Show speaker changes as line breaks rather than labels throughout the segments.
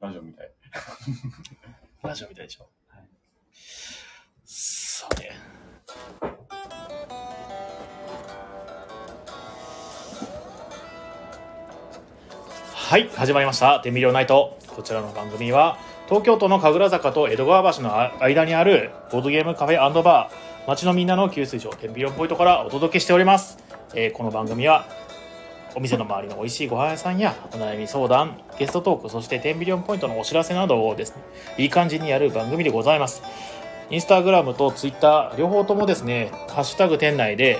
ラジオみたい。
ラジオみたいでしょ。
はい
さて。はい、始まりました。デミリオナイト。こちらの番組は、東京都の神楽坂と江戸川橋のあ間にあるボードゲームカフェバー、街のみんなの給水所、テンビリオンポイントからお届けしております。えーこの番組は、お店の周りの美味しいご飯屋さんやお悩み相談ゲストトークそしてテンビリオンポイントのお知らせなどをですねいい感じにやる番組でございますインスタグラムとツイッター両方ともですね「ハッシュタグ店内」で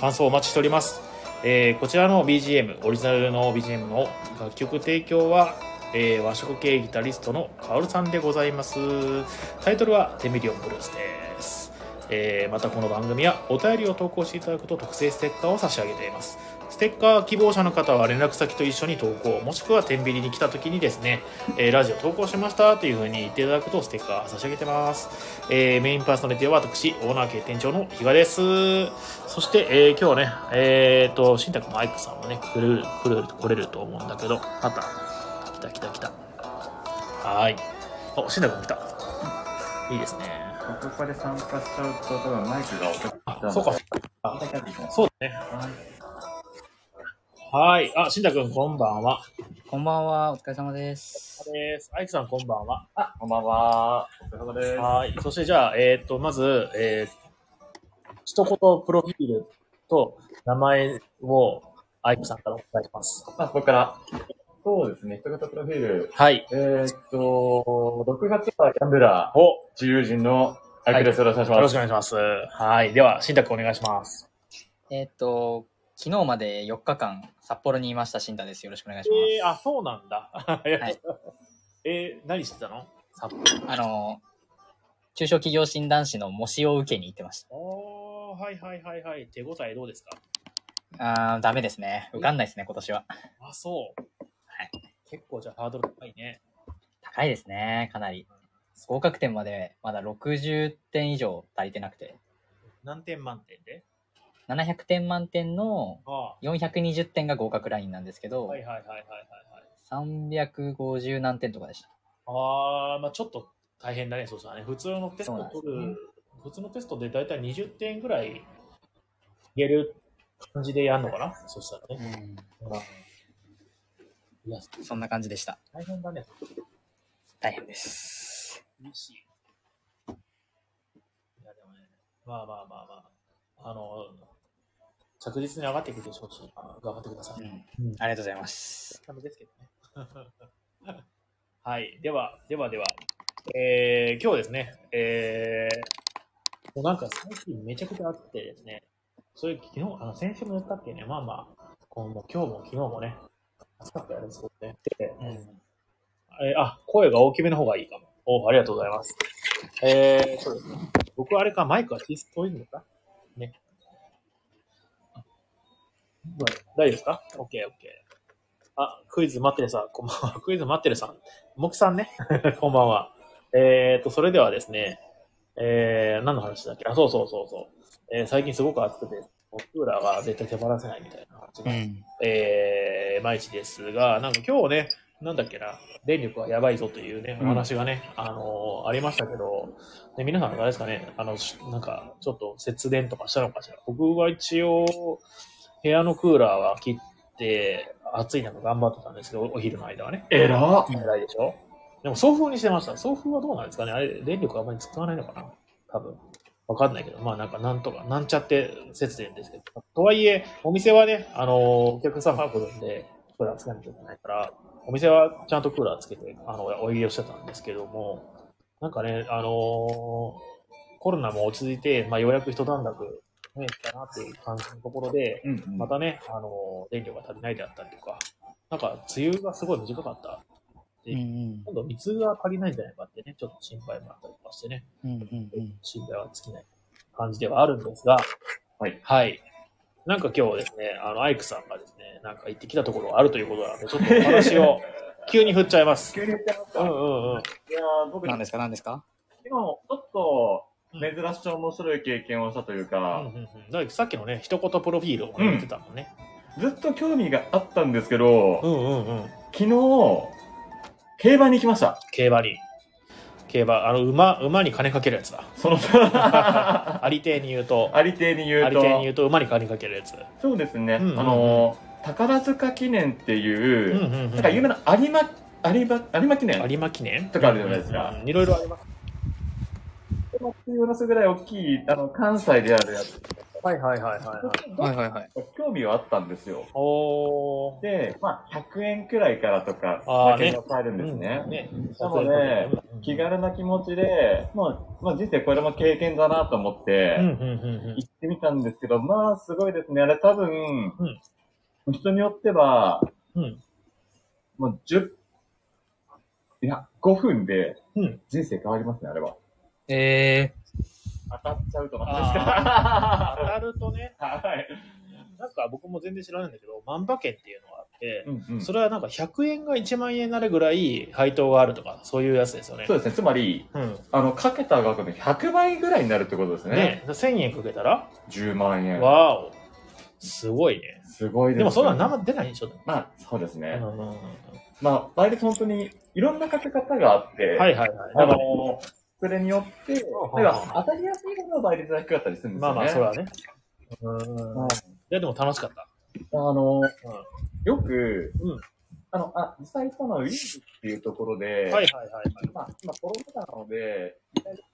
感想をお待ちしております、えーこちらの BGM オリジナルの BGM の楽曲提供は、えー和食系ギタリストのカオルさんでございますタイトルは「テンビリオンブルース」ですえーまたこの番組はお便りを投稿していただくと特製ステッカーを差し上げていますステッカー希望者の方は連絡先と一緒に投稿もしくは天秤に来た時にですね、えーラジオ投稿しましたというふうに言っていただくとステッカー差し上げてます、えーメインパーソナリティは私オーナー系店長の比嘉ですそして、えー今日ねえっ、と新宅のアイクさんもね来る来る来れると思うんだけどまた来た来た来たはーいあ新宅も来たいいですね
ここで参加しちゃうと、多分マイクが落ちてきた
あそうかあ
だけでいいかも
そうだね
はい
はーいあ新宅君こんばんは
こんばんは、お疲れ様です。
ですアイクさんこんばんは
こんばんは。お疲れ様です。
はい。そしてじゃあ、えっ、と、まず、えー、一言プロフィールと名前をアイコさんからお願いします。
あ、ここから。そうですね、一言プロフィール。
はい。
えー、っと、6月はギャンブラ
お、よ
ー、自由人のアイクです。よろしくお願い
ろし
し
く
ます。
お願いします。はい。では、新宅お願いします。
えーっと、昨日まで4日間、札幌にいました、新太です。よろしくお願いし
えー、あ、そうなんだ。
い
えー、何してたの札幌。
ます。あの、中小企業診断士の模試を受けに行ってまし
おー、はいはいはいはい。手応えどうですか
た。あー、ダメですね。受かんないですね、今年は。
あ、そう。
はい。
結構じゃあハードル高いね。
高いですね、かなり。合格点まで、まだ60点以上足りてなくて。
何点満点で
700点満点の
あ
420点が合格ラインなんですけ
あ
ど、
はいはいはいはいはいはい。
350何点とかでした。
ああ、まあちょっと大変だね、そうしたらね。普通のテストを取
そうなん
る、
で
普通のテストで大体20点ぐらい言える感じでやるのかな、そうしたらね。いや、
そんな感じでした。
大変だね。
大変です。
厳しい。いや、でもね、まあまあまあまあ、あの、着実に上がっていくでしょうし、あ頑張ってくださ
う
い。
ん。ありがとうございます。
ダメですけどね。はい。では、ではでは、えー、今日ですね、えー、もうなんか最近めちゃくちゃ暑くてですね、それ昨日、あの、先週も言ったっけね、まあまあ、こうもう今日も昨日もね、暑かったよね、すごくね。でえーあ、声が大きめの方がいいかも。おありがとうございます。えー、そうですね。僕はあれか、マイクは小さいのかね。あ大丈夫ですか ?OK、OK。あ、クイズ待ってるさん、こんばんは。 クイズ待ってるさん。もきさんね。 こんばんは。えーと、それではですね、えー、何の話だっけあ、そうそうそうそう。えー最近すごく暑くて、もうクーラーが絶対手放せないみたいな感じで、
ん。
えー、毎日ですが、なんか今日ね、なんだっけな、電力はやばいぞというね、お
うん
話がね、あのーありましたけど、で皆さん、あれですかね、あの、しなんか、ちょっと節電とかしたのかしら。僕は一応、部屋のクーラーは切って、暑い中頑張ってたんですけど、お昼の間はね。
えらっ
偉いでしょでも送風にしてました。送風はどうなんですかねあれ、電力あんまり使わないのかな多分。わかんないけど、まあなんかなんとか、なんちゃって節電ですけど。とはいえ、お店はね、あのーお客様来るんで、クーラーつけなきゃいけないから、お店はちゃんとクーラーつけて、あの、お湯をしてたんですけども、なんかね、あのーコロナも落ち着いて、まあようやく一段落、ね、来たなっていう感じのところで、
うんうん
またね、あのー電力が足りないであったりとか、なんか梅雨がすごい短かった
うんうん
今度水が足りないんじゃないかってね、ちょっと心配もあったりとかしてね、
うんうんうん。
心配は尽きない感じではあるんですが、
はい。
はい。なんか今日ですね、あの、アイクさんがですね、なんか行ってきたところがあるということなので、ちょっとお話を急に振っちゃいます。
急に言っちゃいます
う
か
んう
いや
んうん。
ー僕、
何
昨
ですか何ですか
日、ちょっと、珍しく面白い経験をしたという
うん
か、
うんうん、だからさっきのね、一言プロフィールをね言ってたもんね。
ずっと興味があったんですけど、
んうんうん。
昨日、昨日競馬に行きました。
競馬に。競馬、あの、馬、馬に金かけるやつだ。
その、 あ
ありていに言うと、
りていに言
あ
う
りていに言
と、
うと馬に金かけるやつ。
そうですね、
うんうんうん
あの、宝塚記念っていうう、
んうん
なんか有名な有馬、有馬、有馬記念
有馬記念
とかあるじゃないですか
うんうんいろいろあります。
っていうのすぐらい大きい、あの、関西であるやつ。
はいはいはいはい。
はいはいはい。
興味はあったんですよ。
おー。
で、まあ、100円くらいからとか、
あー
馬券が買えるんですね。
ね。
なので、気軽な気持ちで、まあ、まあ、人生これも経験だなと思って、
うんうんうんうん
行ってみたんですけど、まあ、すごいですね。あれ多分、人によっては、
うん。
もう10、いや、5分で
うん
人生変わりますね、あれは。
え
当たっちゃうとなんですか。
当たるとね、
はい。
なんか僕も全然知らないんだけど、万馬券っていうのがあって、
うんうん、
そ
そ
れはなんか100円が1万円になるぐらい配当があるとか、そういうやつですよね。
うですね。つまり、
うん。
あの、かけた額の100倍ぐらいになるってことですね。
ね、1000円かけたら、
10万円。
わーお、すごいね。
すごいです、ね。
でもそんなの生出ないでしょ。
まあ、そうです
う
ね。
んうんうん
まあ、割と本当に、いろんなかけ方があって、
はいはいはい。
あ
だから
の、それによって、例え
うん
ば当たりやすいものは倍率が低かったりするんです
ま
よね。
あまあ、それはね。うん。いや、でも楽しかった。
あの、よく、
うん
あの、あ、実際行ったのはウィーズっていうところで、
はいはいはいはい。
まあ、今コロナ禍なので、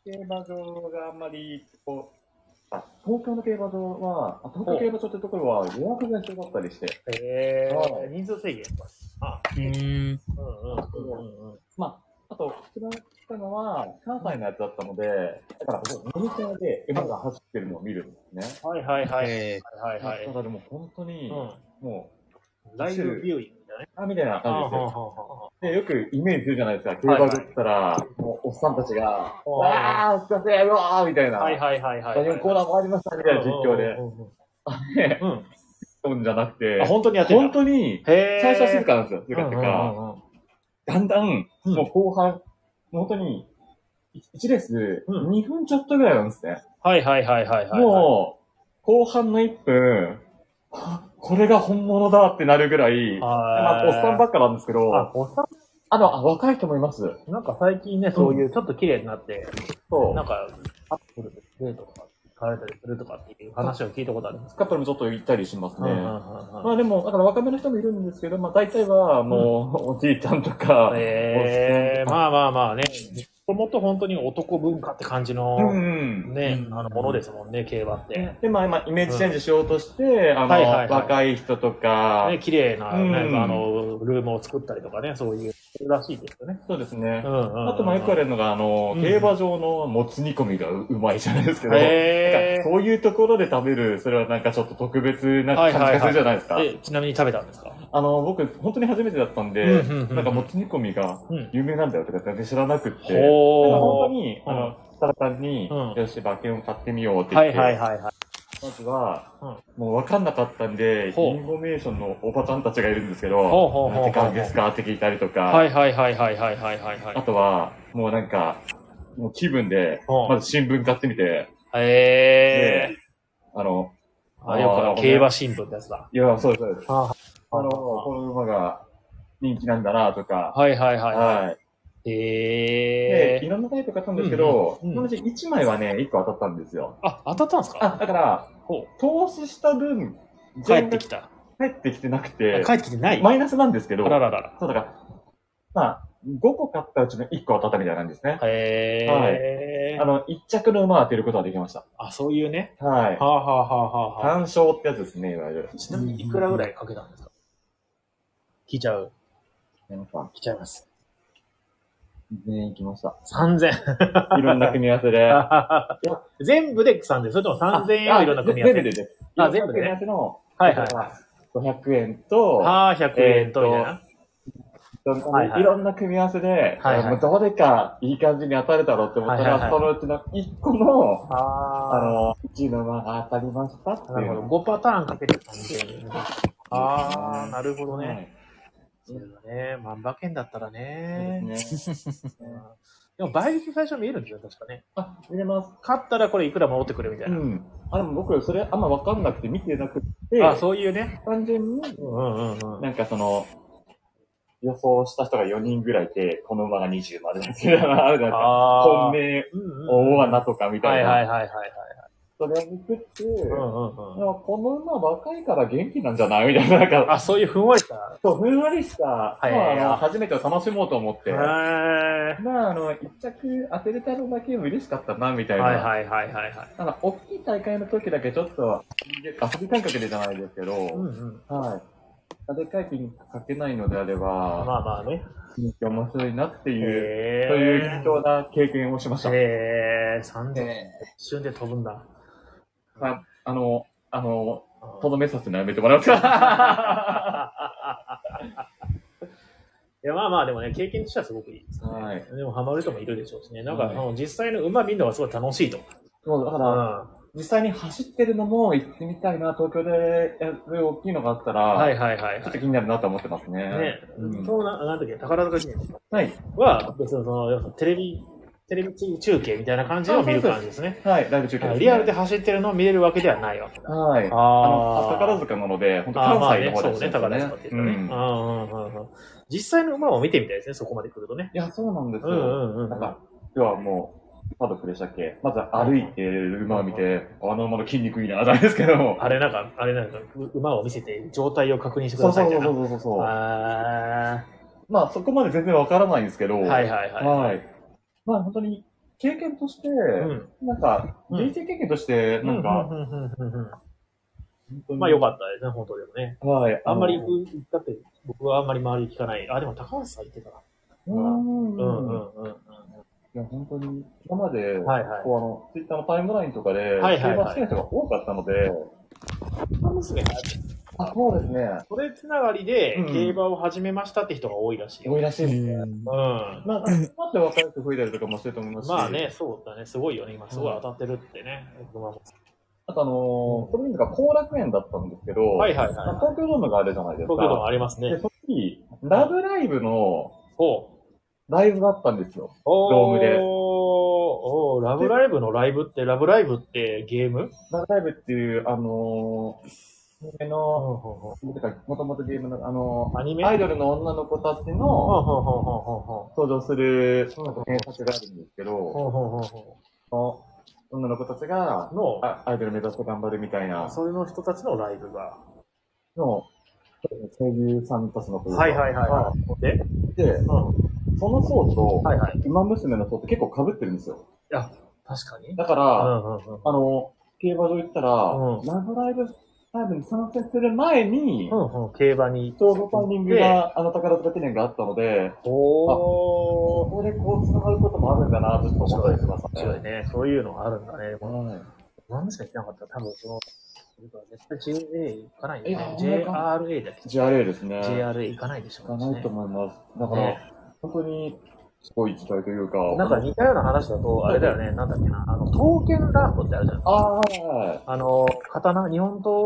競馬場があんまり、こう、あ、東京の競馬場は、あ東京競馬場ってところは予約が必要だったりして、
え
は
ー、
い
人数制限とか。あ、
ー。うーん。
うんうんうんうん。
まあ、あと、一番来たのは関西のやつだったので、だから、モニターで馬が走ってるのを見るんですね。
はいはいはい。
え
はいはい
た。だでも本当に、
う
も
ん。ライブビューイングだね。
う、あ、みたいな感じですよ。
あ
で、よくイメージするじゃないですか。競
はい
馬
はい
場って言ったら、もうおっさんたちが、
あー
わあ、お疲れ様よーみたいな。
はいはいはいはい。
何もコーナーもありましたみたいな実況で。ね
うんうんうんうん。
そうじゃなく
う
て
ん。あ、、本当にやってんだ
本当に、
へー
最初は静かなんですよ。静
う
かっ
ん
てい
う
う
ん
か、だんだん、
うん
もう後半、本当に、1レース、
うん
2分ちょっとぐらいなんですね。
はいはいはいはいはい。
もう、後半の1分、はこれが本物だってなるぐらい、
う、
ま
は
あ、
い。
おっさんばっかなんですけ
あ
ど、
おっさ
あの、あ若い人もいます。
んなんか最近ね、そういうちょっと綺麗になって、
そう
なん。か、カップルでデートとか、買われたりするとかっていう話を聞いたことあります。
カップルもちょっと行ったりしますね。
うんうんうんうん
まあでも、だから若めの人もいるんですけど、まあ大体はもう、おじいちゃんとか、
ええ
おっさんとか
まあまあまあね。もともと本当に男文化って感じの、
うん。
ね、
うん
あのものですもんね、競馬って。ね、
で、まあ今、イメージチェンジしようとして、あの、
はいはいはい
若い人とか、
綺麗な、
うん
なんかあの、ルームを作ったりとかね、そういう、らしいですよね。
そうですね
う。んうんうん、
あと、まあよく言われるのが、あの、
うん
競馬場のもつ煮込みがううまいじゃないですけど、
へ
なんかそういうところで食べる、それはなんかちょっと特別な感
はい
じ
はいはい
がするじゃないですか。
ーえ、ちなみに食べたんですか
あの、僕、本当に初めてだったんで、
うんうんうん
なんかもつ煮込みが
うん
有名なんだよとか全然知らなくって、なんか
ほ
本
ー
当。に、
うん
あの、設楽さんに、
うん
よし、馬券を買ってみようって言
は
っ
い
て、
はいはいはい。
まずは、もう分かんなかったんで、
ほう
インフォメーションのおばちゃんたちがいるんですけど、
ほうほうほうほう
なんて買うんですかって聞いたりとか、
はいはいはいはいはいはいはいは
あ
い。
とは、もうなんか、もう気分で、
ほう
まず新聞買ってみて、
ええ
あの、
ー。あ、よ
あー
く競馬新聞のやつだ。
いや、そうです、そうです。
あ
あの、この馬が人気なんだなとか、
はいはいはいは
はい。
い。
で
え、え
い
ー。
ろんなタイプ買ったんですけど、
うんうんうん
そのうち1枚はね、1個当たったんですよ。
あ、当たったんですか
あ、だから、
ほ
投資した分、
う。帰ってき
て、
た。
帰ってきてなく
あ
て、
帰ってきてない。
マイナスなんですけ
あ
ど、
らららら。
そうだから、まあ、5個買ったうちの1個当たったみたいな感じですね。
へえ、
あの、1着の馬を当てることはできました。
あ、そういうね。
はい
は。あ、はあはあはあ、は
単勝ってやつですね、いわゆる
あ。。ちなみにいくらぐらいかけたんですか聞いちゃう。
なんか、
聞いちゃいます。
全員行きました。
3000。
いろんな組み合わせで。あ
全部で3000。それとも3000円をいろんな組み合わせ
全部。で。
あ全部で
いろんな組み合わせの、
はいはい
500円と、
はあ、100円と、みたいな。はいはい
いろんな組み合わせで、
はいはい
もうどれかいい感じに当たるだろうって思ったら、
はいはいはい
そのうちの1個の、あ
あ
の、1位の馬が当たりましたっていう。
あ、なるほど。5パターンかけて3000円。ああ、なるほど
は
ね。
い
そうだね。万馬券だったらね。
そうですね。
うんでも倍率最初見えるんですよ、確かね。
あ、見れます。
勝ったらこれいくら戻ってくるみたいうな。
ん。あ、でも僕、それあんま分かんなくて見てなくて、
あそういうね。
単純に、
うんうんうんうん。
なんかその、予想した人が4人ぐらいいて、この馬が20までだっていうのがあるじゃないですか。
あー
本命、
うんうん
大穴とかみた
はいい
な。
はいはいはいはい。
それを見つつ、
うんうんうん。
でもこの馬若いから元気なんじゃないみたいな、なんか、
あ、そういうふんわりした。
そう、ふんわりした、
い
まああの初めてを楽しもうと思って、
へー
ま
は
あ、あの、一着当てれたのだけ嬉しかったな、みた
い
いな。
はいはいはいはい。
ただ、大きい大会の時だけちょっと、遊び感覚でじゃないですけど、
うんうん。
はい。でっかいピンかけないのであれ
まあ
ば、
まあね。
面白いなっていう、
へ
そういう貴重な経験をしました。
へえ、三千
で、
一瞬で飛ぶんだ。
はいあの、あの、と
飛
ど
ぶ。
めさせるのやめてもらうか。
いやまあまあでもね、経験としてはすごくいいですね。
はい
でもハマる人もいるでしょうしね。なんか、
はい
あの実際の馬見るのがすごい楽しいと。
そう、だか
う
ら、
ん
実際に走ってるのも行ってみたいな、東京でやる大きいのがあったら、
はいはいはい
ちょっ
は
と気になるなと思ってますね。
い。ね、
うん
そうな、なんだっけ、宝塚記念
はい。
は、別にその、要するにテレビ、テレビ中継みたいな感じを見る感じですね。
はい、ライブ中継です、
リアルで。走ってるのを見れるわけではないわけだ。
はい。あの、
あ
宝塚なので、本当
あーまあ
関西
ね
の方
そう
です
ね、宝塚って
う
言ったらね。
ん
う。んうんうんうん実際の馬を見てみたいですね、そこまで来るとね。
いや、そうなんです
う
よ。
んうんうん。
なんか、今日はもう、パドックでしたっけまず歩いてる馬を見て、あの馬の筋肉いいな、なんですけども。
あれなんか、あれなんか、う馬を見せて状態を確認してく
そ
だ
う
さい
そ
み
うそう
たいな。
そうそう。
あ
まあ、そこまで全然わからないんですけど。
ーはいはいはい。
はい。まあ、本当に、経験として、
うん
なんか、
うん
人生経験として、なんか、
うんうんうんうんうん
本当
うん
に
まあよかったですね、本当でもね。
はい。
あんまり行く、行ったって、僕はあんまり周り聞かない。あ、でも高橋さん行ってたな。
う。
うんんうんうんうん。
いや、本当に、今まで、
はいはい
こう、あの、ツイッターのタイムラインとかで、
はいはいはい
競馬好きな人が多かったので、
馬娘が、
あ、そうですね。
それつながりで
うん
競馬を始めましたって人が多いらしいよ。
多いらしいですね。
うん。
まあ、待って若い人増えたりとかもしてると思いますし。
まあね、そうだね、すごいよね、今すごい当たってるってね。馬も
あとあのー、これなんか後楽園だったんですけど、
はいはいはい。
まあ東京ドームがあるじゃないですか。
東京ドームありますね
で、。その時、ラブライブの
おう
ライブだったんですよ。
お
ドームで
おーラブライブのライブって、ラブライブってゲーム
ラブライブっていう、あのー、夢の、もともとゲームの、あの
アニメ
ー、アイドルの女の子たち
ほう
の
ほうほうほうほうほ
登場する
うん
検索があるんですけ
う
ど、
ほうほうほうほ
その女の子たちが
う、の、
あアイドル目指して頑張るみたいな
それの人たちのライブが。
の、声優さんたちのとうか
はいはいはいはで、
で、
うん、
その層と、
はいはい。
馬娘の層って結構被ってるんですよ。
確かに。
だか
う
ら、
んうんうん。
あの、競馬場行ったら、
うん
ラブライブライブに参戦する前に、
うんうん、競馬に。
ちょうどタイミングが、あの、宝塚記念があったので、
お
ここでこう繋がることもあるんだな、ちょっと思ったりしました
強い
ね。
ね。そういうのがあるんだね。
はい
何しか言ってなかったら多分その、絶対 JA 行かない
い
よ
や
ね。
わか
JRA だっけ
JRA ですね。
?JRA 行かないでしょう
がないと思います。だから、
ね
本当に、すごい時代というか、
なんか似たような話だと、あれだよね、なんだっけな、あの、刀剣ランドってあるじゃん。
ああ、はいはい。
あの、刀、日本刀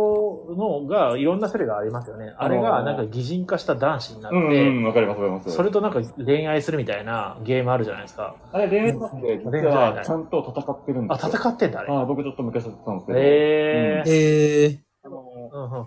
のが、いろんな種類がありますよね。あれが、なんか擬人化した男子になっ
うん、うん、
て、
わかります、わかります。
それとなんか恋愛するみたいなゲームあるじゃないですか。
あれ、恋愛なんで、
恋
実
愛じゃな
はいちゃんと戦ってるん
あ、
ですよ。
戦ってんだ、あれ。
ああ、僕ちょっと昔やってたんですけど、
へえ。
えー、
あの、
うんうんうん。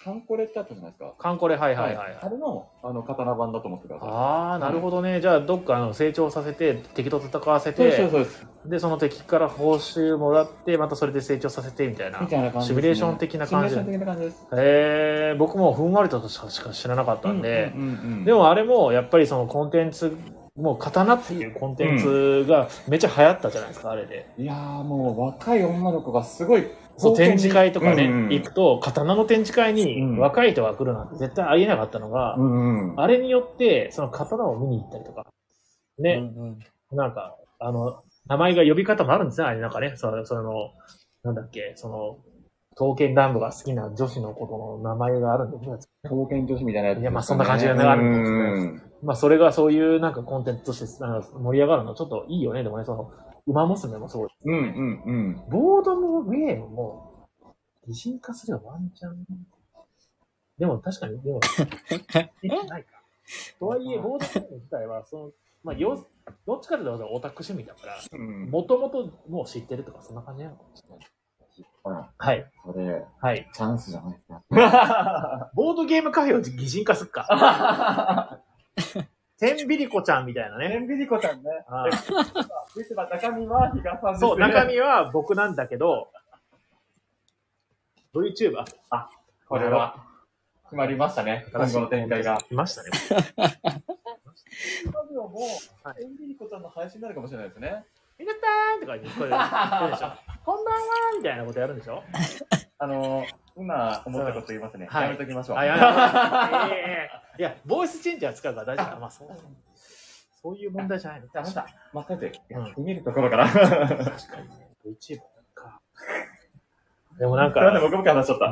カンコレってあったじゃないですか。
カンコレ、はいはいはい。
あれの、あの、刀版だと思ってください。
ああ、なるほどね。じゃあ、どっかあの成長させて、敵と戦わせ
そうです、
て、
そうです。
で、その敵から報酬もらって、またそれで成長させてみたいな。
み
へ
たいな感じですね、
シミュレーション的な感じ
シミュレーション的な感じです。
え、僕もふんわりとしかしか知らなかったんで、
うんうんうんうん
で、もあれもやっぱりそのコンテンツ、もう刀っていうコンテンツがめっちゃ流行ったじゃないですか、あれで。
いやーもう若い女の子がすごい、
そう、展示会とかね、
うんうん
行くと、刀の展示会
う
に
ん
若い人が来るなんて絶対ありえなかったのが、
うんうん。
あれによって、その刀を見に行ったりとか、ね、
うんうん
なんか、あの、名前が呼び方もあるんですね、あれなんかね。その、その、なんだっけ、その、刀剣乱舞が好きな女子のことの名前があるんですね。
刀剣女子みたいなやつ、
いやまあそんな感じがねあるんですね
うん
まあ、それがそういうなんかコンテンツとしてなんか盛り上がるのちょっといいよね、でもね、その、馬娘もそう
うんうんうん。
ボードもゲームも、擬人化すればワンチャン。でも確かに、 でも、できないか。とはいえ、ボードゲーム自体は、その、まあ、よ、どっちかというとオタク趣味だから、
うん
もともともう知ってるとか、そんな感じなのかもしれない。
きは、
はい。
それ、
はい。
チャンスじゃないってなって。
ボードゲームカフェを擬人化すっか。 天ビリコちゃんみたいな
エ
ね。
ンビリコちゃんね。
あー
実は中身は比嘉さんですね。
そう、中身は僕なんだけど、VTuber。
これは、決まりましたね。今後の展開が。
いましたね。
ラジオも
は、
エンビリコちゃんの配信になるかもしれないですね。
皆さんって感じで、これ、やるでし ょ。こんばんはみたいなことやるんでしょ
あの、今思ったこと言いますね。
はい
やめときましょう。
あ、やだ。ええいや、ボイスチェンジャー使うから大丈夫 だ。まあ、そう。そういう問題じゃないの。
じゃあ、また、またで、
うん
やってみるところから。
確かにね。VTuber か。でもなん
すいません、
か、
僕も話しちゃった。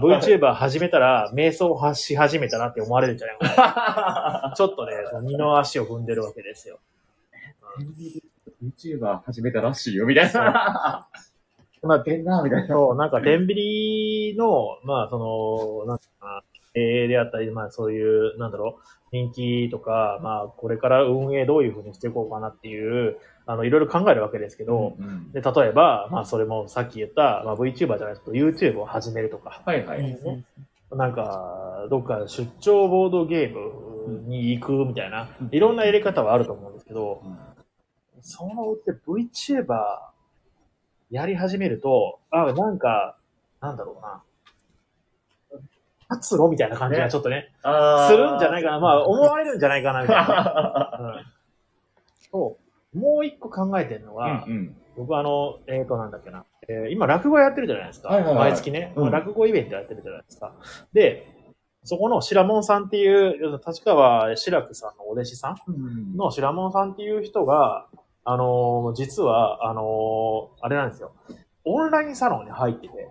VTuber 始めたら、瞑想をし始めたなって思われるんじゃないかなちょっとね、二の足を踏んでるわけですよ。
VTuber 始めたらしいよ、みたいな。
まあ、
出んな、みたいな。
そう、なんか、天秤の、まあ、その、なんていうかな、経営であったり、まあ、そういう、なんだろう、人気とか、まあ、これから運営どういうふうにしていこうかなっていう、あの、いろいろ考えるわけですけど、
うん
で、例えば、まあ、それもさっき言った、まあ、VTuber じゃないですけど、YouTube を始めるとか、
はいはい。
なんか、どっか出張ボードゲームに行くみたいな、いろんなやり方はあると思うんですけど、そのうち VTuber やり始めると、あ、なんか、なんだろうな。活露みたいな感じが
ね
ちょっとね、
あ
するんじゃないいかな。まあ、思われるんじゃないかな、みたいな。うん、そう。もう一個考えてるのは、
うんうん。
僕あの、えっ、と、なんだっけな。えー今、落語やってるじゃないですか。
はいはいはい
毎月ね、
うん
落語イベントやってるじゃないですか。で、そこの白門さんっていう、立川志らくさんのお弟子さんの白門さんっていう人が、あのー実は、あのーあれなんですよ。オンラインサロンに入ってて、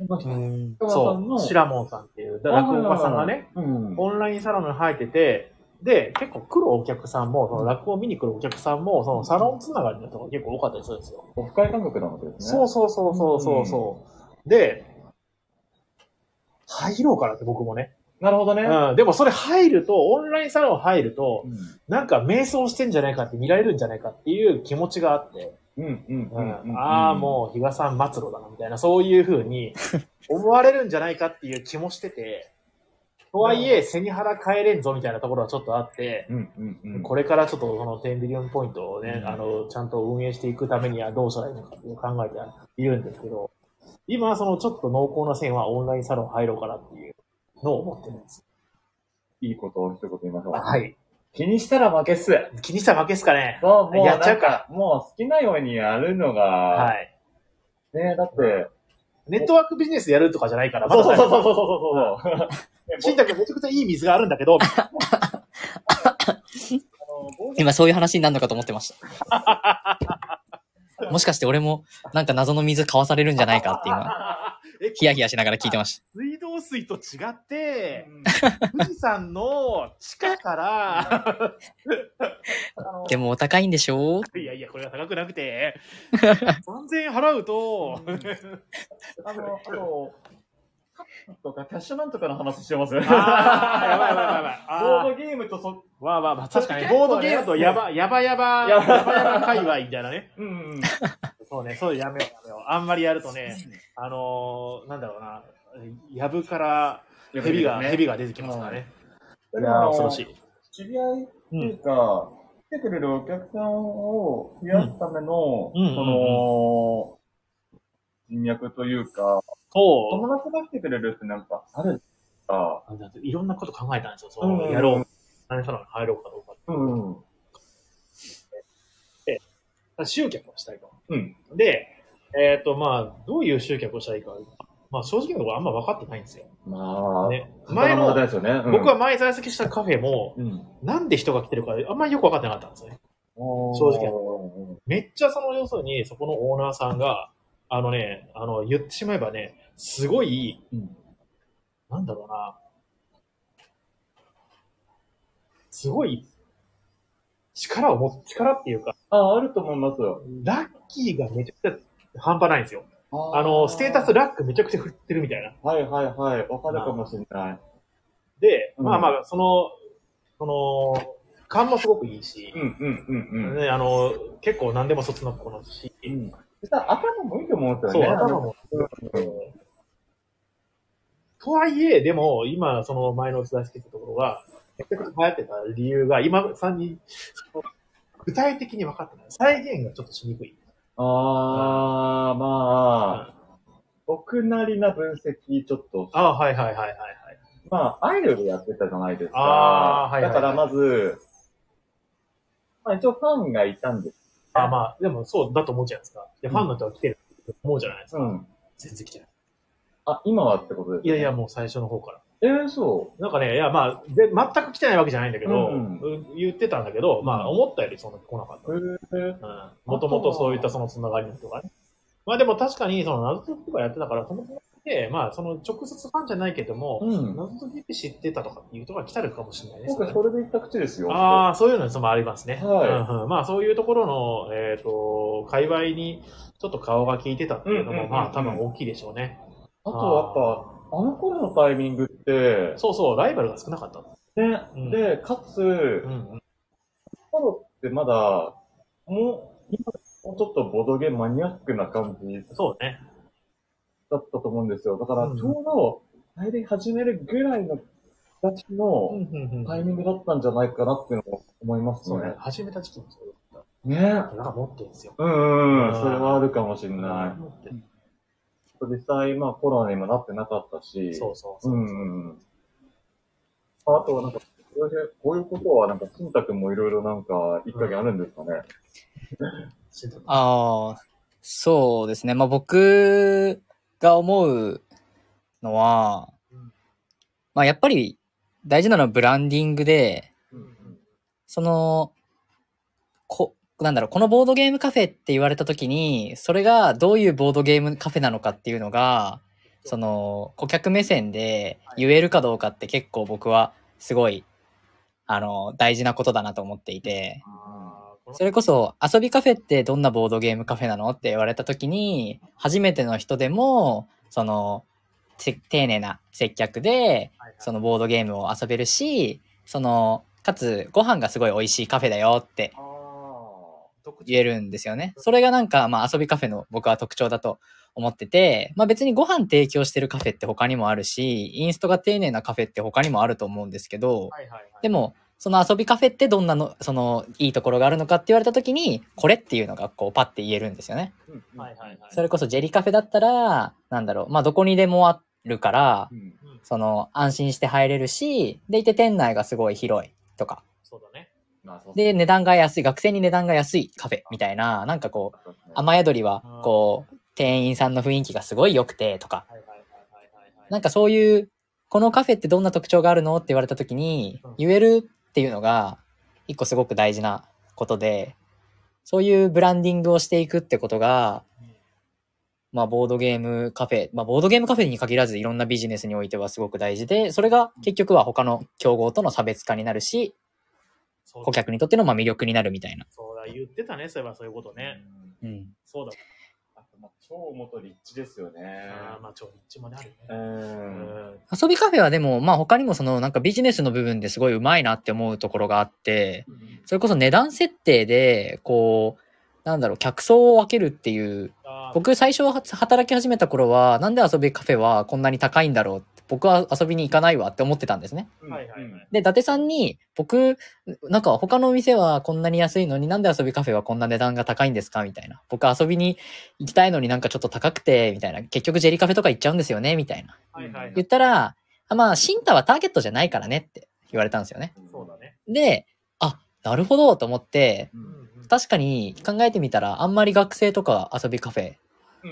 うん。
そう、白門さんっていう、だ落語家さんがね、、
うん。
オンラインサロンに入ってて、で、結構来るお客さんも、その落語を見に来るお客さんも、そのサロンつながりの人が結構多かったりするんですよ。
オフ会感覚なのでです
そ
ね。
うそうそうそうそうそう。で、入ろうかなって僕もね。
なるほどね。
うん。でもそれ入ると、オンラインサロン入ると、
う
なんか瞑想してんじゃないかって見られるんじゃないかっていう気持ちがあって、
んうん
う
うんんうん。
ああ、もう比嘉さん末路だなみたいな、そういうふう に思われるんじゃないかっていう気もしてて、とはいえ、背に腹変えれんぞみたいなところはちょっとあって、
うんうんうん。
これからちょっとその10ビリオンポイントをね、
うん
あの、ちゃんと運営していくためにはどうしたらいいのかっていう考えてはいるんですけど、今、そのちょっと濃厚な線はオンラインサロン入ろうかなっていうのを思ってるんです。
いいことを一言言いましょう。
はい。
気にしたら負けっす。
気にしたら負けっすかね
そう、もう
やっち
な
ゃうんか
か、もう好きなようにやるのが、
はい。
ね、だって、
ネットワークビジネスやるとかじゃないから、まだ
うそうそうそう。
しいたけめちゃくちゃいい水があるんだ けど、
今そういう話になるのかと思ってま した。もしかして俺もなんか謎の水買わされるんじゃないかって今、
え、
ヒヤヒヤしながら聞いてました。
水道水と違って、
う
富士山の地下から、
でもお高いんでしょう
いやいや、これが高くなく て、3000円払うと、
うんんあの、あと、カップとかキャッシュなんとかの話してます
あーやばいやばいやばいやばいあー
ボードゲームとそ、
わあわあまあ、確かに、
結構ね
ボードゲームとやば、やばやば、や
やば
ばやば界隈みたいなね。
うん。
そうね、そうやめようやめよう。あんまりやるとね、あのー、なんだろうな、やぶから蛇が、蛇が出てきますからね。い
い
やー、恐ろしい。
知り合いっていうか、来てくれるお客さんを増やすための、
うんうん
その、人脈というか、
そ
友達が来てくれるってなんかあるか、
う。だっていろんなこと考えたんですよ。そう
ん
う、やろう。何サロンに入ろうかどうかって。
うん。うん。
だから集客をしたいと。
うん。
で、えっ、と、まあ、どういう集客をしたらいいか、まあ、正直なところあんま分かってないんですよ。
まあ、
ね、前
前の
も
話、題ですよね。うん
僕は、前在籍したカフェも、
うん。
なんで人が来てるか、あんまりよく分かってなかったんですよね。
正
直なめっちゃその要するに、そこのオーナーさんが、あのね、あの、言ってしまえばね、すごい、
うん
なんだろうな、すごい、力を持つ、力っていうか、
あ、あると思いますよ。
ラッキーがめちゃくちゃ半端ないんですよ。
あ
あの、ステータス
ラ
ラックめちゃくちゃ振ってるみたいな。
はいはいはい。わかるかもしれない。
で、
うん
まあまあ、その、その、感もすごくいいし
う、んうんうんうん。
ね、あの、結構何でもそっちの子のし、
うん実は頭もいいと思うんです
そう、
よね。
頭も。とはいえ、でも、今、その前のお伝えしてたところが、結局流行ってた理由が、今さんに、その具体的に分かってない。再現がちょっとしにくい。
あー、まあ、僕なりな分析、ちょっと、
ああ、はいはいはいはいはい。
まあ、アイドルやってたじゃないですか。
あーはいはい
だからまず、まあ一応ファンがいたんです。
ああまあ、でもそうだと思うじゃないですか。で、ファンの人が来てるって思うじゃないですか。
うん。
全然来てない。
あ、今はってことです
い
ね、
やいや、もう最初の方から。
えー、そう。
なんかね、いやまあ、で全く来てないわけじゃないんだけど、
うん
う言ってたんだけど、まあ、思ったよりそんな来なかった。
へ
もともとそういったそのつながりの人がね。まあでも確かにその謎解きとかやってたから、その辺で、まあその直接ファンじゃないけども、
うん
謎解きって知ってたとかっていう人が来たるかもしれないです
僕、
ね。
それで言った口ですよ。
ああ、そういうのもありますね。
はい
うんうんまあそういうところの、えっ、と、界隈にちょっと顔が効いてたっていうの
うんうんうんう
も、
ん
まあ多分大きいでしょうね。
あとやっぱ、あの頃のタイミングって、
そうそう、ライバルが少なかった。
ね
うん
で、かつ、
うんうん。
ハロってまだ、もう、今、もうちょっとボドゲマニアックな感じ
そうね。
だったと思うんですよ。だから
う、ん
ちょうど、入り始めるぐらいの形
うん
の
うん
タ
う
イ
ん。
ミングだったんじゃないかなっていうのを思います
そうね
ね。。
始めた時期もそうだっ
ね
た。なんか持ってるんですよ。
うんうんうん。
うん
それはあるかもしれな
持ってる
い。実際、まあコロナにもなってなかったし。
そうそう
う
そう。
んうんうん。あとはなんか、こういうこういうことはなんか、新太くんもいろいろなんか、一かげあるんですかね。
知ってた
ああ、そうですね。まあ僕が思うのは
うん、
まあやっぱり大事なのはブランディングで、
うんうん
その、こ、なんだろう、このボードゲームカフェって言われた時に、それがどういうボードゲームカフェなのかっていうのが、その、顧客目線で言えるかどうかって結構僕はすごい、あの、大事なことだなと思っていて、
あーこの
それこそ遊びカフェってどんなボードゲームカフェなのって言われた時に初めての人でもそのて丁寧な接客で
はいはい
そのボードゲームを遊べるしそのかつご飯がすごい美味しいカフェだよって
ああ。
特徴
言えるんですよね。それがなんか、まあ、遊びカフェの僕は特徴だと思ってて、まあ、別にご飯提供してるカフェって他にもあるしインストが丁寧なカフェって他にもあると思うんですけど、
はいはいはい
でも、その遊びカフェってどんなの、その、いいところがあるのかって言われた時に、これっていうのがこう、パッて言えるんですよね。
うん
はいはいはい。
それこそジェリカフェだったら、なんだろう、まあ、どこにでもあるから
う、ん
その、安心して入れるし、でいて店内がすごい広いとか、
そうだね。
まあそう
で、値段が安い、学生に値段が安いカフェみたいな、なんかこう、
そうですね
雨宿りは、こう、店員さんの雰囲気がすごい良くてとか、
はいはいはいはいはい。
なんかそういう、このカフェってどんな特徴があるのって言われた時に
うん、
言えるっていうのが、一個すごく大事なことで、そういうブランディングをしていくってことが、
うん
まあ、ボードゲームカフェ、まあ、ボードゲームカフェに限らず、いろんなビジネスにおいてはすごく大事で、それが結局は他の競合との差別化になるし、
そう
顧客にとってのまあ魅力になるみたいな。
そうだ、言ってたね、そういえばそういうことね。
うん
うん。
そうだ。
あと、まあ、超元立地ですよね。
あーまあ、超立地もね、あ
う。
るね。うんん。
遊びカフェはでも、まあ、他にもその、なんかビジネスの部分ですごい上手いなって思うところがあって、それこそ値段設定で、こう、なんだろう、客層を分けるっていう。
あー
僕最初は働き始めた頃は、なんで遊びカフェはこんなに高いんだろうって僕は遊びに行かないわって思ってたんですね。
はいはいはい。
で、伊達さんに、僕、なんか他のお店はこんなに安いのになんで遊びカフェはこんな値段が高いんですかみたいな。僕遊びに行きたいのになんかちょっと高くて、みたいな。結局ジェリカフェとか行っちゃうんですよねみたいな。
はいはいは
言っ
い。
たら、あまあ、シンタはターゲットじゃないからねって言われたんですよね。
うん
そうだ。ね。
で、あ、なるほどと思って、
う
うんんうん
確かに考えてみたらあんまり学生とか遊びカフェ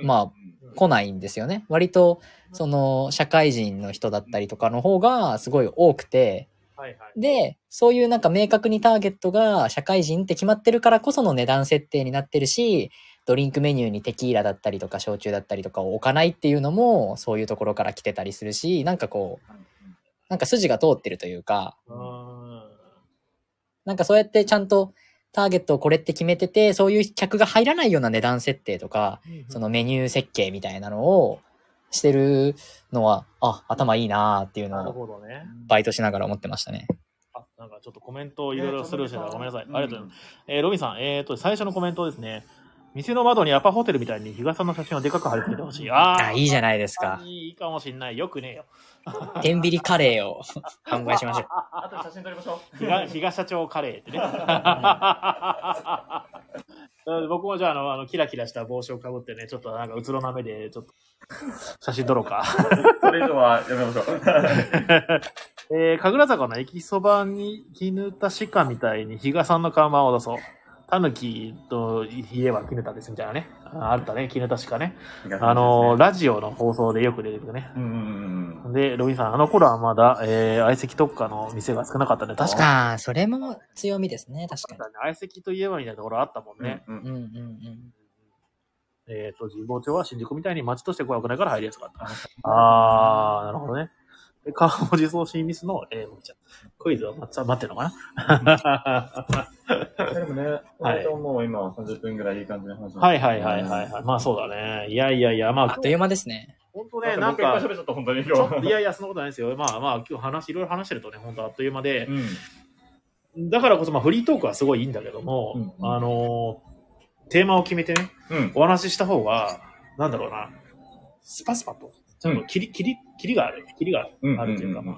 まあ、来ないんですよね割とその社会人の人だったりとかの方がすごい多くて
はいはい。
でそういうなんか明確にターゲットが社会人って決まってるからこその値段設定になってるしドリンクメニューにテキーラだったりとか焼酎だったりとかを置かないっていうのもそういうところから来てたりするしなんかこうなんか筋が通ってるというか
うーん。
なんかそうやってちゃんとターゲットをこれって決めててそういう客が入らないような値段設定とかそのメニュー設計みたいなのをしてるのは、あ、頭いいなーっていう
な
の
る
を
ほどね。
バイトしながら思ってましたね。
あ、なんかちょっとコメントをいろいろスルーしてたらごめんなさい。ありがとうございます
す。
えーロビンさん、えっ、と、最初のコメントですね。店の窓にアパホテルみたいに日傘の写真をでかく貼り付けてほしい。あ
あ、
あ、
いいじゃないです
あ
か
ー。いいかもしんない。よくねえよ。
天秤カレーを 販売しましょう。
あとで写真撮りましょう。
比 嘉比嘉社長カレーってね。 僕もじゃああの、あの、キラキラした帽子をかぶってね、ちょっとなんかうつろな目で、ちょっと、写真撮ろうか。
それ以上はやめましょう。
えー、神楽坂の駅そばに絹ぬた鹿みたいに比嘉さんの看板を出そう。タヌキと言えば絹田ですみたいなね。ああったね、絹田鹿ね。 あのー、ラジオの放送でよく出てくるね。
うんうんうん。
で、ロビンさん、あの頃はまだ、えー、相席特化の店が少なかったね。確かに。
ああ、それも強みですね、確か
相席といえばみたいなところあったもんね。
うんうん
に。うんうんうん。
えっ、と、神保町は新宿みたいに街として怖くないから入りやすかった。あー、なるほどね。で川文字送信ミスの、えー、むきちゃん。クイズは待っ待ってるのかな
でもね、
はい
割ともう今30分ぐらいいい感じの話。
はいはいはいはいはい。まあそうだね。いやいやいや、ま
あ
あ
っと、いう間ですね。
本当
こ
ね、
れ
な
なん
ん
か、もう一
か
回、喋っちゃった、本当に
ちょ
今
っと
日。
いやいや、そんなことないですよ。まあまあ、今日話、いろいろ話してるとね、本当あっという間で、
うん。
だからこそ、まあフリートークはすごいいいんだけども、
うんうん
あのーテーマを決めてね、
うん。
お話しした方が、なんだろうな、スパスパと、ちょっと切り、切り、切りがある、切りがある
うん。
あるというか
ん
まあ